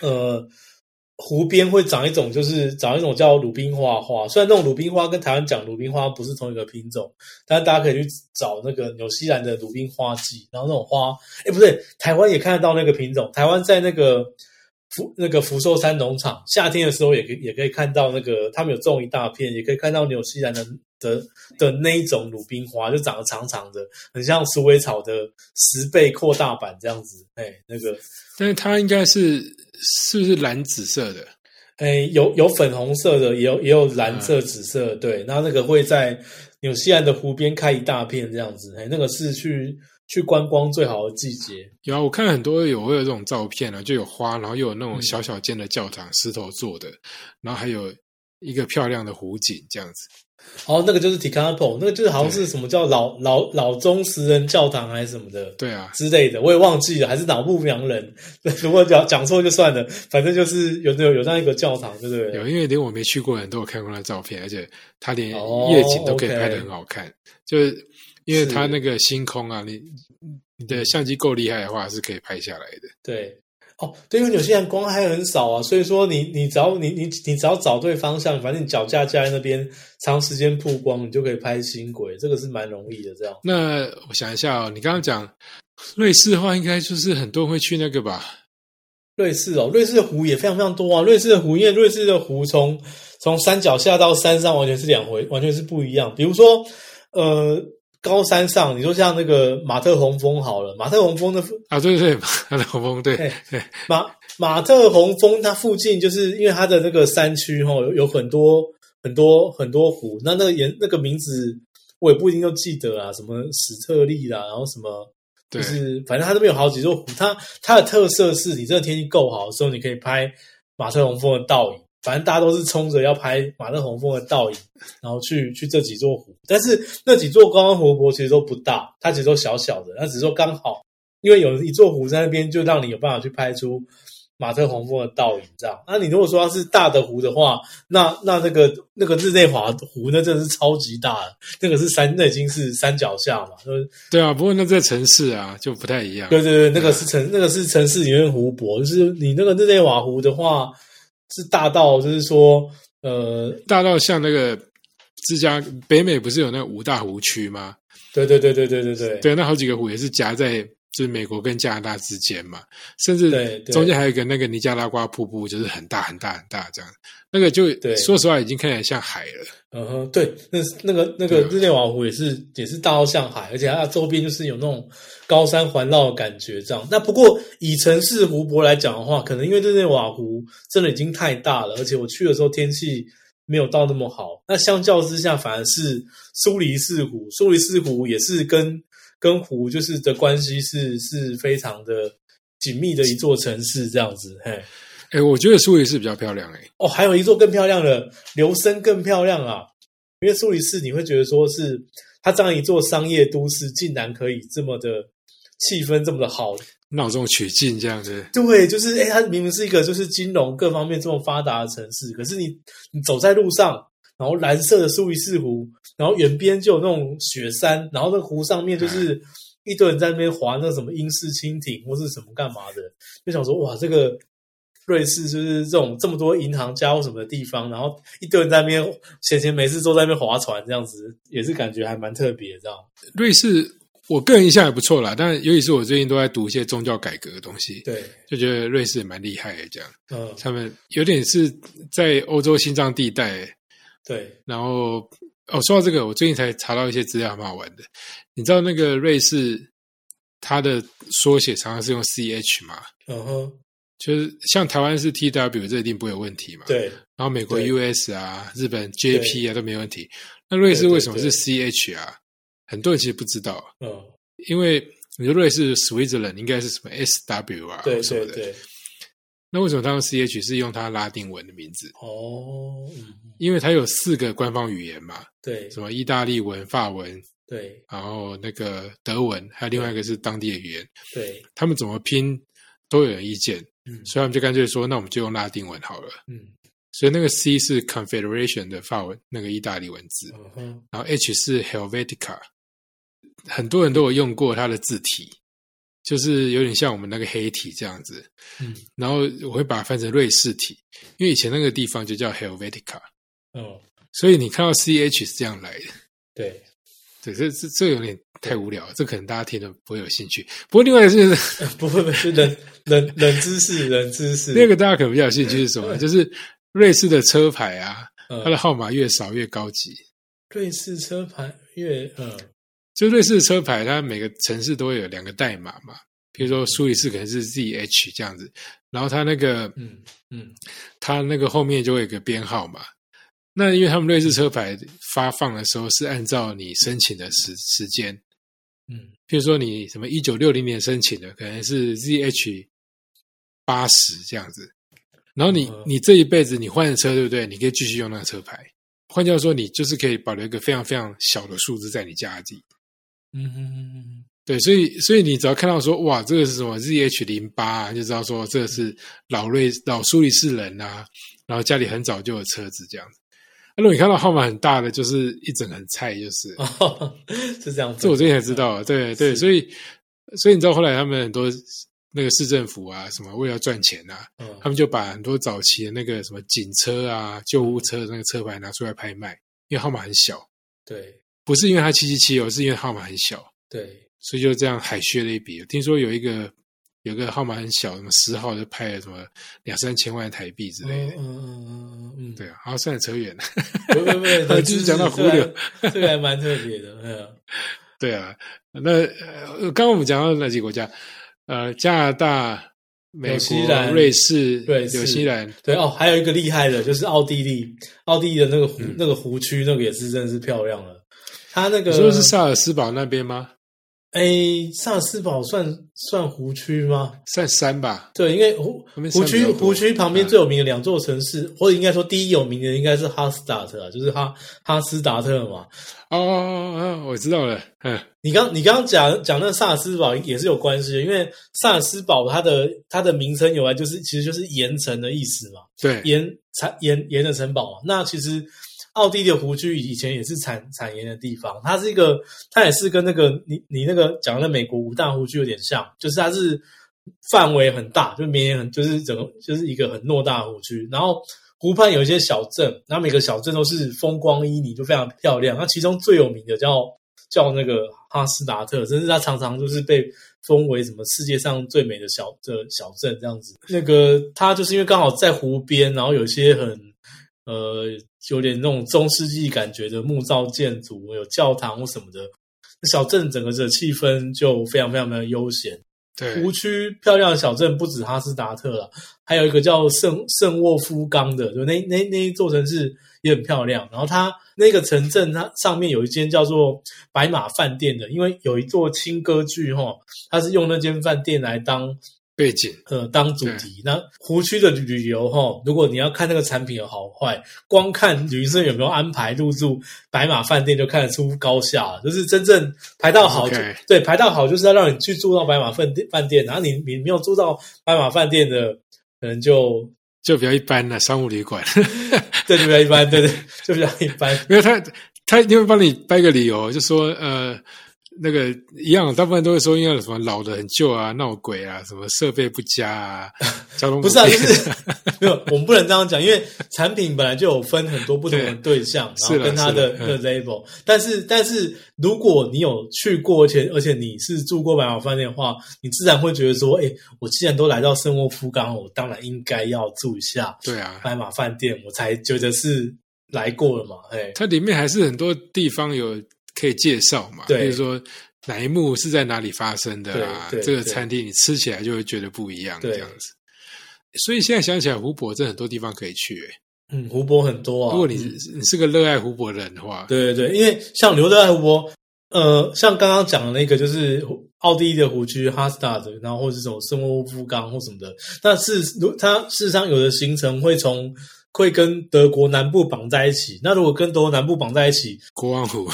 Speaker 2: 呃。湖边会长一种，就是长一种叫鲁冰花花。虽然那种鲁冰花跟台湾讲鲁冰花不是同一个品种，但大家可以去找那个纽西兰的鲁冰花季。然后那种花，哎，不对，台湾也看得到那个品种。台湾在那个福那个福寿山农场，夏天的时候也可也可以看到那个他们有种一大片，也可以看到纽西兰的的的那一种鲁冰花，就长得长长的，很像鼠尾草的十倍扩大版这样子。哎，那个，
Speaker 1: 但是它应该是。是不是蓝紫色的？
Speaker 2: 诶、欸，有有粉红色的，也有也有蓝色、紫色。嗯、对，然后那个会在纽西兰的湖边开一大片这样子。诶、欸，那个是去去观光最好的季节。
Speaker 1: 有啊，我看很多有会有这种照片啊，就有花，然后又有那种小小间的教堂，嗯、石头做的，然后还有一个漂亮的湖景这样子。
Speaker 2: 哦，那个就是 Tikapo，那个就是好像是什么叫老老老宗十人教堂还是什么的，
Speaker 1: 对啊
Speaker 2: 之类的，我也忘记了，还是脑不良人。 如果讲讲错就算了，反正就是有有有这样一个教堂，对不对？
Speaker 1: 有，因为连我没去过的人都有看过那照片，而且它连夜景都可以拍的很好看，哦 okay、就是因为它那个星空啊，你你的相机够厉害的话是可以拍下来的。
Speaker 2: 对。哦，对，因为纽西兰光害很少啊，所以说你你只要你你你只要找对方向，反正你脚架架在那边，长时间曝光，你就可以拍星轨，这个是蛮容易的。这样，
Speaker 1: 那我想一下哦，你刚刚讲瑞士的话，应该就是很多人会去那个吧？
Speaker 2: 瑞士哦，瑞士的湖也非常非常多啊。瑞士的湖，因为瑞士的湖从从山脚下到山上完全是两回，完全是不一样。比如说，呃。高山上，你说像那个马特洪峰好了，马特洪峰的
Speaker 1: 啊，对对，马特洪峰对，
Speaker 2: 对马马特洪峰它附近就是因为它的那个山区哈、哦，有有很多很多很多湖，那那个颜那个名字我也不一定都记得啊，什么史特利啦，然后什么就是反正它这边有好几座湖，它它的特色是你这个天气够好的时候，你可以拍马特洪峰的倒影。反正大家都是冲着要拍马特洪峰的倒影，然后去去这几座湖，但是那几座观光湖泊其实都不大，它其实都小小的，那只是说刚好，因为有一座湖在那边，就让你有办法去拍出马特洪峰的倒影这样。那你如果说它是大的湖的话，那那那个那个日内华湖那真的是超级大的，那个是山，那已经是山脚下嘛，就是
Speaker 1: 对啊。不过那在城市啊就不太一样。
Speaker 2: 对对对，那个是城，那个是城市里面湖泊，就是你那个日内瓦湖的话。是大到，就是说，呃，
Speaker 1: 大到像那个芝加北美不是有那五大湖区吗？
Speaker 2: 对对对对对对对，
Speaker 1: 对，那好几个湖也是夹在就是美国跟加拿大之间嘛，甚至中间还有一个那个尼加拉瓜瀑布，就是很大很大很大这样，那个就说实话已经看起来像海了。
Speaker 2: 嗯哼，对，那那个那个日内瓦湖也是也是大到像海，而且它周边就是有那种高山环绕的感觉，这样。那不过以城市湖泊来讲的话，可能因为日内瓦湖真的已经太大了，而且我去的时候天气没有到那么好。那相较之下，反而是苏黎世湖，苏黎世湖也是跟跟湖就是的关系是是非常的紧密的一座城市，这样子，嘿。
Speaker 1: 哎、欸，我觉得苏黎世比较漂亮哎、欸。
Speaker 2: 哦，还有一座更漂亮的，琉森更漂亮啊！因为苏黎世你会觉得说是它这样一座商业都市，竟然可以这么的气氛这么的好，
Speaker 1: 闹中取静这样子。
Speaker 2: 对，就是哎、欸，它明明是一个就是金融各方面这么发达的城市，可是你你走在路上，然后蓝色的苏黎世湖，然后远边就有那种雪山，然后那湖上面就是。嗯一堆人在那边划那什么英式蜻蜓或是什么干嘛的，就想说哇，这个瑞士就是这种这么多银行家或什么的地方，然后一堆人在那边闲闲没事坐在那边划船，这样子也是感觉还蛮特别，这样。
Speaker 1: 瑞士我个人印象还不错啦，但尤其是我最近都在读一些宗教改革的东西，
Speaker 2: 对，
Speaker 1: 就觉得瑞士也蛮厉害的。这样，
Speaker 2: 嗯，
Speaker 1: 他们有点是在欧洲心脏地带。
Speaker 2: 对，
Speaker 1: 然后，哦，说到这个，我最近才查到一些资料，还蛮好玩的。你知道那个瑞士，它的缩写常常是用 CH 嘛？
Speaker 2: 嗯哼，
Speaker 1: 就是像台湾是 TW，这一定不会有问题嘛？。
Speaker 2: 对，
Speaker 1: 然后美国
Speaker 2: 对
Speaker 1: US 啊、日本 JP 啊都没问题。那瑞士为什么是
Speaker 2: 对
Speaker 1: CH 啊？很多人其实不知道，
Speaker 2: 嗯，
Speaker 1: 因为你说瑞士 Switzerland 应该是什么 SW 啊
Speaker 2: 对
Speaker 1: 什么
Speaker 2: 对
Speaker 1: 的，
Speaker 2: 对，
Speaker 1: 那为什么他用 CH 是用它拉丁文的名字？
Speaker 2: 哦，嗯，
Speaker 1: 因为它有四个官方语言嘛，
Speaker 2: 对
Speaker 1: 什么意大利文、法文，
Speaker 2: 对
Speaker 1: 然后那个德文，还有另外一个是当地的语言，
Speaker 2: 对，
Speaker 1: 他们怎么拼都有人意见，
Speaker 2: 嗯
Speaker 1: 所以他们就干脆说，那我们就用拉丁文好了。
Speaker 2: 嗯
Speaker 1: 所以那个 C 是 Confederation 的法文，那个意大利文字，
Speaker 2: 嗯哼，
Speaker 1: 然后 H 是 Helvetica，很多人都有用过它的字体，就是有点像我们那个黑体这样子。
Speaker 2: 嗯
Speaker 1: 然后我会把它翻成瑞士体，因为以前那个地方就叫 Helvetica，
Speaker 2: 嗯，
Speaker 1: 所以你看到 CH 是这样来的。
Speaker 2: 对，
Speaker 1: 对，这这这有点太无聊了，这可能大家听了不会有兴趣。不过另外一个是
Speaker 2: 不不不是冷冷冷知识，冷知识，
Speaker 1: 第二个大家可能比较有兴趣是什么？就是瑞士的车牌啊，它的
Speaker 2: 嗯，
Speaker 1: 号码越少越高级。
Speaker 2: 瑞士车牌越嗯
Speaker 1: 就瑞士的车牌，它每个城市都会有两个代码嘛，比如说苏黎世可能是 ZH 这样子，然后它那个
Speaker 2: 嗯嗯
Speaker 1: 它那个后面就会有个编号嘛。那因为他们瑞士车牌发放的时候是按照你申请的时时间，
Speaker 2: 嗯
Speaker 1: 譬如说你什么一九六零年申请的，可能是 ZH 八十这样子。然后你
Speaker 2: 嗯
Speaker 1: 你这一辈子你换车对不对？你可以继续用那个车牌。换句话说，你就是可以保留一个非常非常小的数字在你家里。
Speaker 2: 嗯嗯
Speaker 1: 对，所以所以你只要看到说哇，这个是什么 ZH 零八、啊，你就知道说这个是老瑞老苏黎世人啊，然后家里很早就有车子这样子。那如果你看到号码很大的，就是一整很菜，就是
Speaker 2: 嗯，哦，是这样分，
Speaker 1: 这我之前才知道，对对，所以所以你知道后来他们很多那个市政府啊，什么为了赚钱啊，
Speaker 2: 嗯，
Speaker 1: 他们就把很多早期的那个什么警车啊、救护车的那个车牌拿出来拍卖，因为号码很小，
Speaker 2: 对
Speaker 1: 不是因为它七七七哦，是因为号码很小，
Speaker 2: 对，
Speaker 1: 所以就这样海削了一笔。听说有一个有个号码很小，什么十号就拍了什么两三千万台币之
Speaker 2: 嗯
Speaker 1: 类
Speaker 2: 嗯
Speaker 1: 的。
Speaker 2: 嗯嗯嗯，
Speaker 1: 对啊，好，算了，扯远了。
Speaker 2: 不不不，冷知识
Speaker 1: 讲到
Speaker 2: 这个
Speaker 1: 胡
Speaker 2: 还这个还蛮特别的，嗯
Speaker 1: 对啊，那呃刚刚我们讲到哪几个国家？呃，加拿大、美
Speaker 2: 纽西
Speaker 1: 国、
Speaker 2: 兰
Speaker 1: 瑞士、
Speaker 2: 瑞士
Speaker 1: 纽西兰，
Speaker 2: 对哦，还有一个厉害的就是奥地利，奥地利的那个湖、
Speaker 1: 嗯
Speaker 2: 那个湖区，那个也是真的是漂亮了。它那个
Speaker 1: 你说是萨尔斯堡那边吗？
Speaker 2: 哎，萨尔斯堡算算湖区吗？
Speaker 1: 算山吧，
Speaker 2: 对，因为湖
Speaker 1: 那边
Speaker 2: 湖
Speaker 1: 山比
Speaker 2: 区
Speaker 1: 较多嗯
Speaker 2: 湖区旁边最有名的两座城市，或者应该说第一有名的应该是哈斯达特啊，就是哈哈斯达特嘛。
Speaker 1: 哦哦哦，哦我知道了，嗯，
Speaker 2: 你刚你刚刚讲讲那萨尔斯堡也是有关系的，因为萨尔斯堡它的它的名称由来就是其实就是盐城的意思嘛。
Speaker 1: 对，
Speaker 2: 盐产盐盐的城堡嘛。那其实奥地利的湖区以前也是产产盐的地方，它是一个，它也是跟那个你你那个讲的美国五大湖区有点像，就是它是范围很大，就绵延很就是整个就是一个很偌大的湖区，然后。湖畔有一些小镇，然后每个小镇都是风光旖旎，就非常漂亮。那其中最有名的叫叫那个哈斯达特，甚至它常常就是被封为什么世界上最美的小的小镇这样子。那个它就是因为刚好在湖边，然后有一些很呃有点那种中世纪感觉的木造建筑，有教堂或什么的。小镇整个的气氛就非常非常非常悠闲。
Speaker 1: 对，
Speaker 2: 湖区漂亮的小镇不止哈斯达特了，还有一个叫圣圣沃夫冈的，就那那那一座城市也很漂亮。然后它那个城镇，它上面有一间叫做白马饭店的，因为有一座轻歌剧哈，它是用那间饭店来当
Speaker 1: 背景，
Speaker 2: 呃当主题。那湖区的旅游哈，如果你要看那个产品有好坏，光看旅行社有没有安排入住白马饭店就看得出高下了，就是真正排到好
Speaker 1: OK
Speaker 2: 对排到好就是要让你去住到白马饭店饭店，然后你你没有住到白马饭店的，可能就
Speaker 1: 就比较一般了，商务旅馆，
Speaker 2: 对就比较一般，对对就比较一般。
Speaker 1: 没有他他一定会帮你掰个理由，就说呃。那个一样，大部分都会说因为什么老的很旧啊、闹鬼啊、什么设备不佳啊、交通
Speaker 2: 不是啊，
Speaker 1: 便
Speaker 2: 就
Speaker 1: 利
Speaker 2: 是没有，我们不能这样讲，因为产品本来就有分很多不同的对象，然后
Speaker 1: 是啦
Speaker 2: 跟它的
Speaker 1: 是啦嗯
Speaker 2: 的 label。但是，但是如果你有去过，而且而且你是住过百宝饭店的话，你自然会觉得说，哎、我既然都来到圣沃夫港，我当然应该要住一下
Speaker 1: 对啊，
Speaker 2: 白马饭店，我才觉得是来过了嘛，哎，
Speaker 1: 它里面还是很多地方有可以介绍嘛，
Speaker 2: 对
Speaker 1: 比如说哪一幕是在哪里发生的啊，
Speaker 2: 对对
Speaker 1: 这个
Speaker 2: 对
Speaker 1: 餐厅你吃起来就会觉得不一样
Speaker 2: 对
Speaker 1: 这样子。所以现在想起来，湖泊真的很多地方可以去、欸
Speaker 2: 嗯，湖泊很多啊。
Speaker 1: 如果你
Speaker 2: 嗯
Speaker 1: 是你是个热爱湖泊的人的话，
Speaker 2: 对对对，因为像刘德爱湖泊，呃，像刚刚讲的那个，就是奥地利的湖区哈斯塔的，然后或是什么圣沃夫冈或什么的，那是如它事实上有的行程会从会跟德国南部绑在一起。那如果跟德国南部绑在一起，
Speaker 1: 国王湖，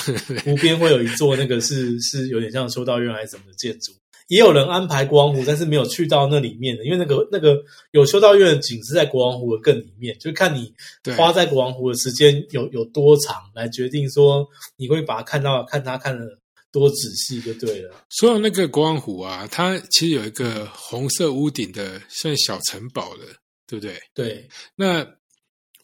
Speaker 2: 湖边会有一座那个是是有点像修道院还是什么的建筑。也有人安排国王湖，但是没有去到那里面的，因为那个那个有修道院的景是在国王湖的更里面，就看你
Speaker 1: 对
Speaker 2: 花在国王湖的时间有有多长，来决定说你会把它看到看它看的多仔细就对了。
Speaker 1: 说到那个国王湖啊，它其实有一个红色屋顶的，算小城堡的，对不对？
Speaker 2: 对，
Speaker 1: 那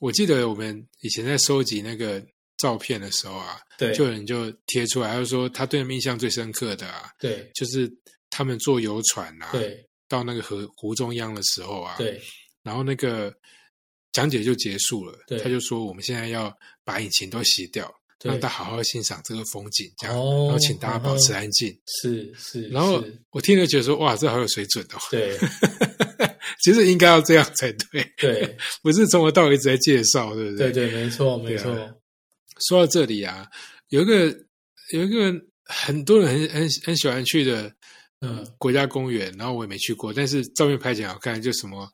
Speaker 1: 我记得我们以前在收集那个照片的时候啊，
Speaker 2: 对，
Speaker 1: 就有人就贴出来，他就说他对他们印象最深刻的啊，
Speaker 2: 对，
Speaker 1: 就是他们坐游船啊，
Speaker 2: 对，
Speaker 1: 到那个河湖中央的时候啊，，
Speaker 2: 对，
Speaker 1: 然后那个讲解就结束了
Speaker 2: 对，
Speaker 1: 他就说我们现在要把引擎都熄掉，
Speaker 2: 对
Speaker 1: 让他好好欣赏这个风景，这样，
Speaker 2: 哦
Speaker 1: 然后请大家保持
Speaker 2: 嗯
Speaker 1: 安静。
Speaker 2: 是是，
Speaker 1: 然后
Speaker 2: 是
Speaker 1: 我听了觉得说，哇，这好有水准哦！
Speaker 2: 对
Speaker 1: 其实应该要这样才对，
Speaker 2: 对
Speaker 1: 不是从头到尾一直在介绍，对不
Speaker 2: 对对，没错没
Speaker 1: 对啊
Speaker 2: 错，
Speaker 1: 说到这里啊，有一个有一个很多人很很很喜欢去的
Speaker 2: 嗯
Speaker 1: 国家公园，然后我也没去过，但是照片拍起来好看，就什么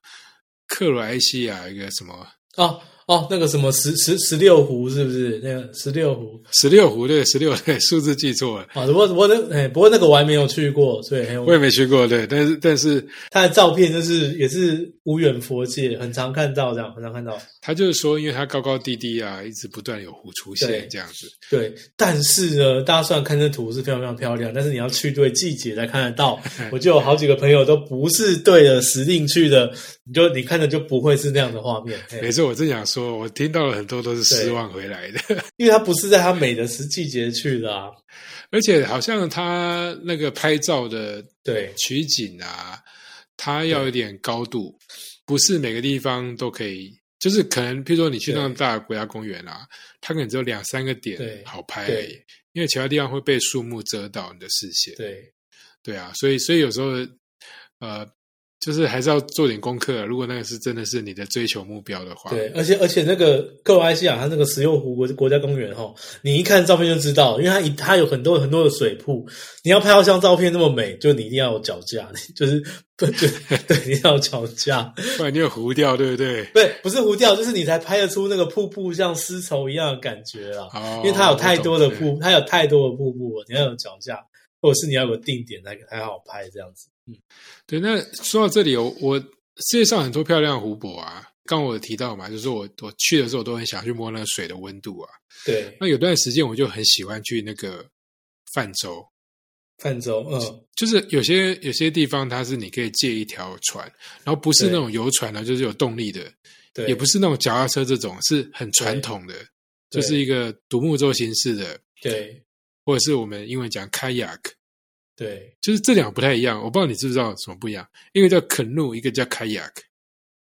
Speaker 1: 克罗埃西亚一个什么
Speaker 2: 哦哦，那个什么十十十六湖是不是？那个十六湖
Speaker 1: 十六湖，对，十六对，数字记错了，
Speaker 2: 啊，不过不过那哎，不过那个我还没有去过，所以很
Speaker 1: 我也
Speaker 2: 有
Speaker 1: 没去过，对，但是但是
Speaker 2: 他的照片就是也是无远佛界，很常看到这样，很常看到。
Speaker 1: 他就是说，因为它高高低低啊，一直不断有湖出
Speaker 2: 对
Speaker 1: 现这样子，
Speaker 2: 对，但是呢，大家虽然看这图是非常非常漂亮，但是你要去对季节才看得到。我就有好几个朋友都不是对着时令去的，你就你看着就不会是那样的画面，哎嘿
Speaker 1: 没错，我正想说，我听到了很多都是失望回来的，
Speaker 2: 因为它不是在它美的时季节去的啊。
Speaker 1: 而且好像他那个拍照的
Speaker 2: 对
Speaker 1: 取景啊，它要有点高度，不是每个地方都可以。就是可能，譬如说你去那种大的国家公园啊，它可能只有两三个
Speaker 2: 对
Speaker 1: 点好拍
Speaker 2: 对
Speaker 1: 而已，因为其他地方会被树木遮到你的视线。
Speaker 2: 对
Speaker 1: 对啊，所以所以有时候，呃，就是还是要做点功课啊。如果那个是真的是你的追求目标的话，
Speaker 2: 对，而且而且那个克罗埃西亚它那个石榴湖国国家公园哈，你一看照片就知道，因为它一它有很多很多的水瀑，你要拍到像照片那么美，就你一定要有脚架，就是不就对，你要有脚架。
Speaker 1: 不然你有糊掉，对不对？
Speaker 2: 对，不是糊掉，就是你才拍得出那个瀑布像丝绸一样的感觉啦。
Speaker 1: 哦
Speaker 2: 因为它有太多的，
Speaker 1: 我懂
Speaker 2: 瀑，它有太多的瀑布了，你要有脚架，或者是你要有个定点才才好拍这样子。
Speaker 1: 对，那说到这里，我我世界上很多漂亮的湖泊啊，刚我有提到嘛，就是我我去的时候都很想去摸那个水的温度啊。
Speaker 2: 对，
Speaker 1: 那有段时间我就很喜欢去那个泛舟，
Speaker 2: 泛舟，嗯，
Speaker 1: 就是有些有些地方它是你可以借一条船，然后不是
Speaker 2: 对
Speaker 1: 那种游船啊呢，就是有动力的，
Speaker 2: 对，
Speaker 1: 也不是那种脚踏车这种，是很传统的，
Speaker 2: 对
Speaker 1: 就是一个独木舟形式的，
Speaker 2: 对
Speaker 1: 或者是我们英文讲 kayak，
Speaker 2: 对，
Speaker 1: 就是这两个不太一样，我不知道你知不知道有什么不一样，一个叫 canoe，一个叫 kayak，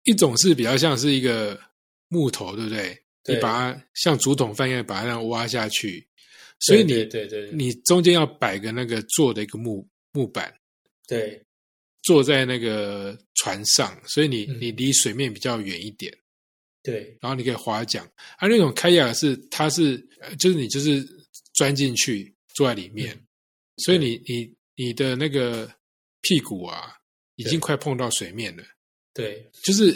Speaker 1: 一种是比较像是一个木头，对不对？
Speaker 2: 对
Speaker 1: 你把它像竹筒饭一样把它那样挖下去，所以你
Speaker 2: 对对对对
Speaker 1: 你中间要摆个那个坐的一个木木板，
Speaker 2: 对
Speaker 1: 坐在那个船上，所以你
Speaker 2: 嗯
Speaker 1: 你离水面比较远一点，
Speaker 2: 对
Speaker 1: 然后你可以划桨。而、那种开亚是它是呃就是你就是钻进去坐在里面，
Speaker 2: 嗯
Speaker 1: 所以你你你的那个屁股啊已经快碰到水面
Speaker 2: 嗯
Speaker 1: 了，
Speaker 2: 对，
Speaker 1: 就是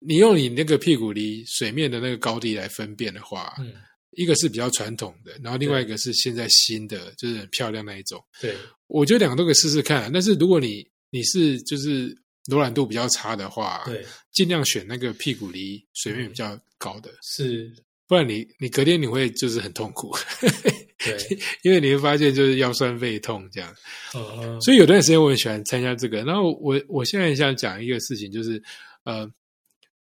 Speaker 1: 你用你那个屁股离水面的那个高低来分辨的话，
Speaker 2: 嗯，
Speaker 1: 一个是比较传统的，然后另
Speaker 2: 对
Speaker 1: 外一个是现在新的，就是很漂亮那一种。
Speaker 2: 对
Speaker 1: 我觉得两个都可以试试看、啊但是如果你你是就是柔软度比较差的话，
Speaker 2: 对嗯
Speaker 1: 尽量选那个屁股离水面比较高的，
Speaker 2: 是。
Speaker 1: 不然你你隔天你会就是很痛苦。
Speaker 2: 对，
Speaker 1: 因为你会发现就是腰酸背痛这样。
Speaker 2: 嗯，
Speaker 1: 所以有段时间我很喜欢参加这个。然后我我现在想讲一个事情，就是呃，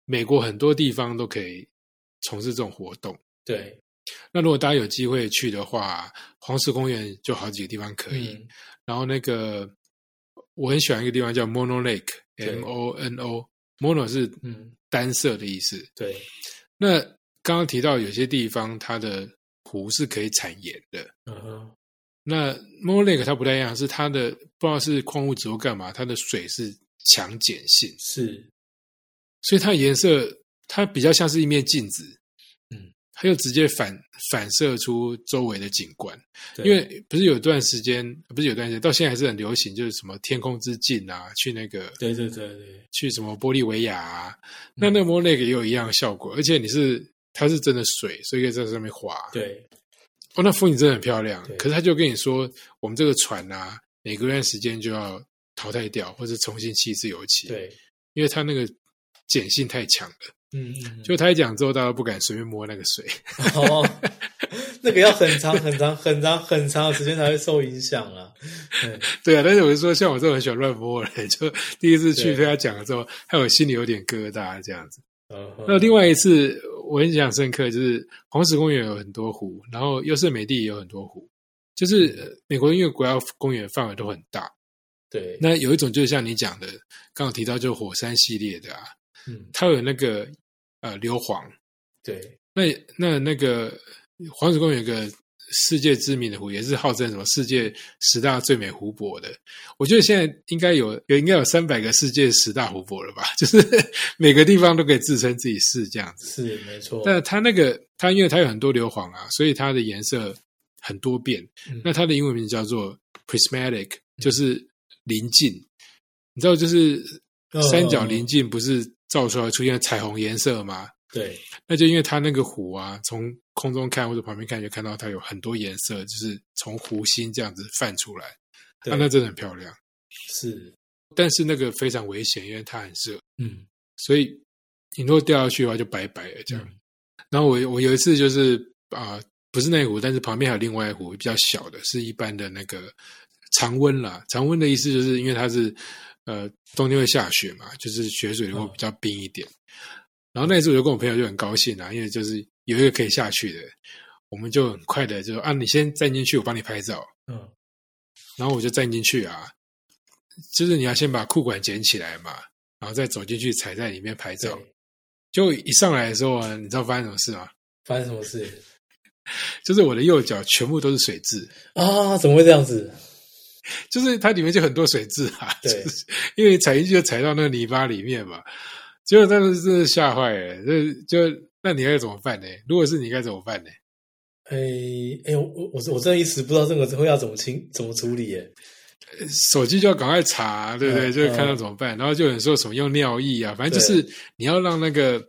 Speaker 1: 美国很多地方都可以从事这种活动。
Speaker 2: 对，
Speaker 1: 那如果大家有机会去的话，黄石公园就好几个地方可以。
Speaker 2: 嗯
Speaker 1: 然后那个我很喜欢一个地方叫 Mono Lake，M
Speaker 2: 对
Speaker 1: O N O，Mono 是
Speaker 2: 嗯，
Speaker 1: 单色的意思。
Speaker 2: 对，
Speaker 1: 那刚刚提到有些地方它的湖是可以产盐的。
Speaker 2: 嗯哼，
Speaker 1: 那 Mono Lake 它不太一样，是它的不知道是矿物质或干嘛，它的水是强碱性，
Speaker 2: 是，
Speaker 1: 所以它颜色它比较像是一面镜子，
Speaker 2: 嗯，
Speaker 1: 它就直接反反射出周围的景观。
Speaker 2: 对
Speaker 1: 因为不是有段时间，不是有段时间，到现在还是很流行，就是什么天空之镜啊，去那个
Speaker 2: 对对对对，
Speaker 1: 去什么玻利维亚啊，
Speaker 2: 嗯
Speaker 1: 那那个 m o n a 也有一样的效果，而且你是它是真的水，所以可以在上面滑。
Speaker 2: 对
Speaker 1: 哦，那风景真的很漂亮
Speaker 2: 对。
Speaker 1: 可是他就跟你说，我们这个船啊，每隔一段时间就要淘汰掉，或者重新漆一次油漆，
Speaker 2: 对，
Speaker 1: 因为它那个碱性太强了。
Speaker 2: 嗯嗯，
Speaker 1: 就他一讲之后，大家都不敢随便摸那个水。
Speaker 2: 哦，那个要很长很长很长很长的时间才会受影响啊。嗯
Speaker 1: 对啊，但是我是说，像我这种很喜欢乱摸的人，就第一次去
Speaker 2: 对
Speaker 1: 被他讲了之后，害我心里有点疙瘩这样子。
Speaker 2: 嗯
Speaker 1: 那另外一次我印象深刻，就是黄石公园有很多湖，然后优胜美地也有很多湖，就是
Speaker 2: 嗯
Speaker 1: 呃美国因为国家公园范围都很大。
Speaker 2: 对，
Speaker 1: 那有一种就是像你讲的，刚刚提到就是火山系列的啊，
Speaker 2: 嗯
Speaker 1: 它有那个呃硫磺，
Speaker 2: 对，
Speaker 1: 那那那个黄石公园有个世界知名的湖，也是号称什么世界十大最美湖泊的。我觉得现在应该有有应该有三百个世界十大湖泊了吧， 就是每个地方都可以自称自己是这样子。
Speaker 2: 是没错。
Speaker 1: 但它那个它因为它有很多硫磺啊，所以它的颜色很多变。
Speaker 2: 嗯
Speaker 1: 那它的英文名叫做 prismatic，就是临近。你知道，就是
Speaker 2: 嗯
Speaker 1: 三角
Speaker 2: 嗯
Speaker 1: 临近不是照出来出现彩虹颜色吗？
Speaker 2: 对
Speaker 1: 那就因为它那个湖啊，从空中看或者旁边看，就看到它有很多颜色，就是从湖心这样子泛出来，
Speaker 2: 对
Speaker 1: 啊，那真的很漂亮。
Speaker 2: 是，
Speaker 1: 但是那个非常危险，因为它很热，
Speaker 2: 嗯
Speaker 1: 所以你如果掉下去的话，就拜拜了这样。
Speaker 2: 嗯
Speaker 1: 然后我我有一次就是啊、不是那一湖，但是旁边还有另外一湖比较小的，是一般的那个常温啦。常温的意思就是因为它是呃冬天会下雪嘛，就是雪水
Speaker 2: 哦
Speaker 1: 会比较冰一点。然后那一次我就跟我朋友就很高兴啊，因为就是有一个可以下去的，我们就很快的就说啊，你先站进去，我帮你拍照。
Speaker 2: 嗯
Speaker 1: 然后我就站进去啊，就是你要先把裤管捡起来嘛，然后再走进去踩在里面拍
Speaker 2: 对
Speaker 1: 照。，就一上来的时候啊，你知道发生什么事吗？
Speaker 2: 发生什么事
Speaker 1: 就是我的右脚全部都是水渍，
Speaker 2: 啊？怎么会这样子？
Speaker 1: 就是它里面就很多水渍啊，
Speaker 2: 对
Speaker 1: 就是因为踩进去就踩到那个泥巴里面嘛，结果当时真的吓坏了，就就那你该怎么办呢？如果是你该怎么办呢？
Speaker 2: 哎哎，我我我我真的一时不知道这个会要怎么清怎么处理耶。
Speaker 1: 手机就要赶快查，对不对？
Speaker 2: 嗯
Speaker 1: 就是看到怎么办，然后就有人说什么用尿液啊，反正就是你要让那个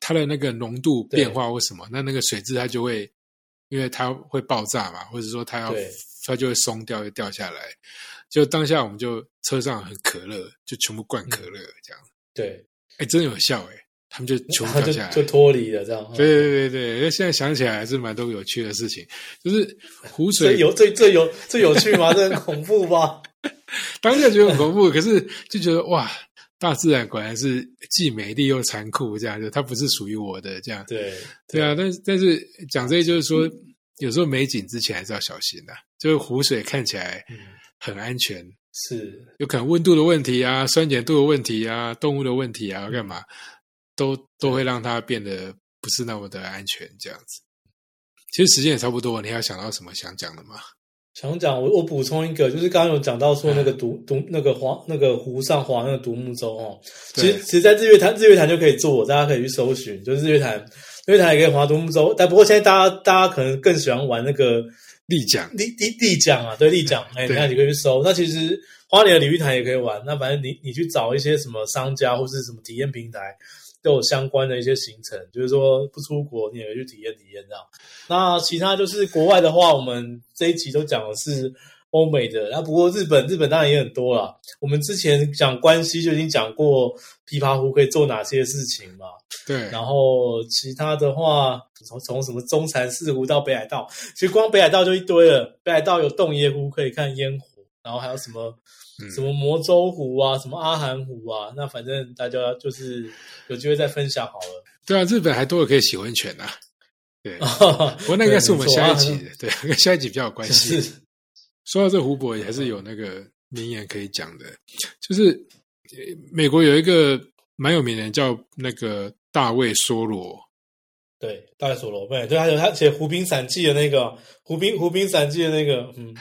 Speaker 1: 它的那个浓度变化或什么，那那个水质它就会，因为它会爆炸嘛，或者说它要
Speaker 2: 对
Speaker 1: 它就会松掉，就掉下来。就当下我们就车上很可乐，就全部灌可乐这样，
Speaker 2: 对，
Speaker 1: 哎、真的有效哎、他们就全
Speaker 2: 然
Speaker 1: 部
Speaker 2: 后
Speaker 1: 掉
Speaker 2: 就
Speaker 1: 下来，
Speaker 2: 就脱离了这样。嗯
Speaker 1: 对对对对，因为现在想起来还是蛮多有趣的事情，就是湖水
Speaker 2: 最有最最有最有趣吗？这很恐怖吧？
Speaker 1: 当下觉得很恐怖， 可是就觉得哇，大自然果然是既美丽又残酷，这样就它不是属于我的这样。
Speaker 2: 对
Speaker 1: 对啊，但是但是讲这些就是说，有时候美景之前还是要小心的、就是湖水看起来
Speaker 2: 嗯
Speaker 1: 很安全，
Speaker 2: 是，
Speaker 1: 有可能温度的问题啊、酸碱度的问题啊、动物的问题啊，干嘛都都会让它变得不是那么的安全这样子。其实时间也差不多，你还有想到什么想讲的吗？
Speaker 2: 想讲我我补充一个，就是刚刚有讲到说那个独独那个划那个湖上划那个独木舟哦，其
Speaker 1: 对
Speaker 2: 实其实，在日月潭日月潭就可以做，大家可以去搜寻，就是日月潭日月潭也可以划独木舟，但不过现在大家大家可能更喜欢玩那个
Speaker 1: 立桨，
Speaker 2: 立立立桨啊，对立桨，哎、
Speaker 1: 对
Speaker 2: 那你可以去搜。那其实花莲的鲤鱼潭也可以玩，那反正你你去找一些什么商家或是什么体验平台，都有相关的一些行程，就是说不出国你也可以去体验体验这样。那其他就是国外的话，我们这一集都讲的是欧美的，啊，不过日本日本当然也很多啦。我们之前讲关西就已经讲过琵琶湖可以做哪些事情嘛，
Speaker 1: 对，
Speaker 2: 然后其他的话，从从什么中禅寺湖到北海道，其实光北海道就一堆了。北海道有洞爷湖可以看烟火，然后还有什么
Speaker 1: 嗯
Speaker 2: 什么魔州湖啊，什么阿寒湖啊，那反正大家就是有机会再分享好了。
Speaker 1: 对啊，日本还多了可以洗温泉啊。对，
Speaker 2: 哦
Speaker 1: 不过那应该是我们
Speaker 2: 对没错
Speaker 1: 下一集
Speaker 2: 啊
Speaker 1: 的，对， 跟下一集比较有关系。
Speaker 2: 是
Speaker 1: 说到这湖泊，也还是有那个名言可以讲的，就是呃美国有一个蛮有名的人叫那个大卫梭罗，
Speaker 2: 对，大概所罗贝，对，还有他写《湖滨散记》的那个，《湖滨湖滨散记》的那个，嗯，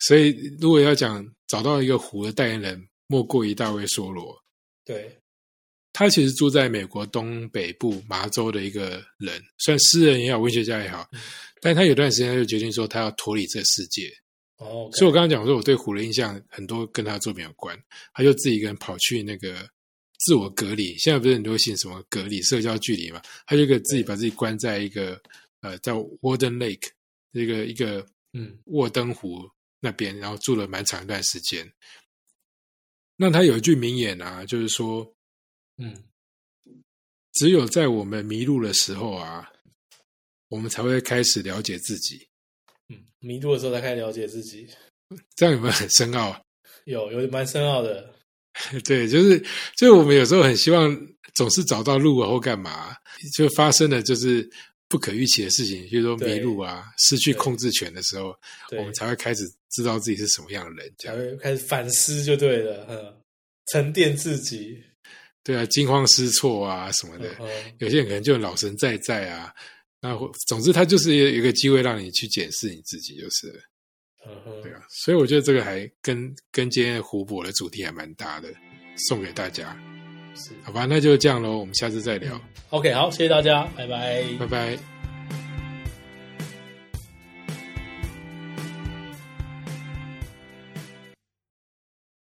Speaker 1: 所以如果要讲找到一个湖的代言人，莫过于大卫梭罗。
Speaker 2: 对，
Speaker 1: 他其实住在美国东北部麻州的一个人，算诗人也好，文学家也好，
Speaker 2: 嗯
Speaker 1: 但他有段时间他就决定说他要脱离这世界，
Speaker 2: 哦，
Speaker 1: 所以我刚刚讲说，我对虎的印象很多跟他作品有关，他就自己一个人跑去那个自我隔离。现在不是很流行什么隔离、社交距离嘛？他就给自己把自己关在一个呃叫 Warden Lake 这个一个
Speaker 2: 嗯，
Speaker 1: 沃登湖那边，然后住了蛮长一段时间。那他有一句名言啊，就是说，
Speaker 2: 嗯，
Speaker 1: 只有在我们迷路的时候啊，我们才会开始了解自己。
Speaker 2: 嗯，迷路的时候才开始了解自己，
Speaker 1: 这样有没有很深奥啊？
Speaker 2: 有有蛮深奥的，
Speaker 1: 对，就是就是我们有时候很希望总是找到路啊，或干嘛、就发生了就是不可预期的事情，比如说迷路啊、失去控制权的时候，
Speaker 2: 对
Speaker 1: 我，们才会开始知道自己是什么样的人。这
Speaker 2: 才
Speaker 1: 样
Speaker 2: 会开始反思就对了，嗯，沉淀自己，
Speaker 1: 对啊，惊慌失措啊什么的，
Speaker 2: 嗯哼
Speaker 1: 有些人可能就老神在在啊。那或总之，它就是有一个机会让你去检视你自己，就是了
Speaker 2: 嗯
Speaker 1: 对
Speaker 2: 哼，
Speaker 1: 啊。所以我觉得这个还跟跟今天的湖泊的主题还蛮搭的，送给大家。
Speaker 2: 是
Speaker 1: 好吧，那就这样喽，我们下次再聊，
Speaker 2: 嗯，OK，好，谢谢大家，拜拜
Speaker 1: 拜拜。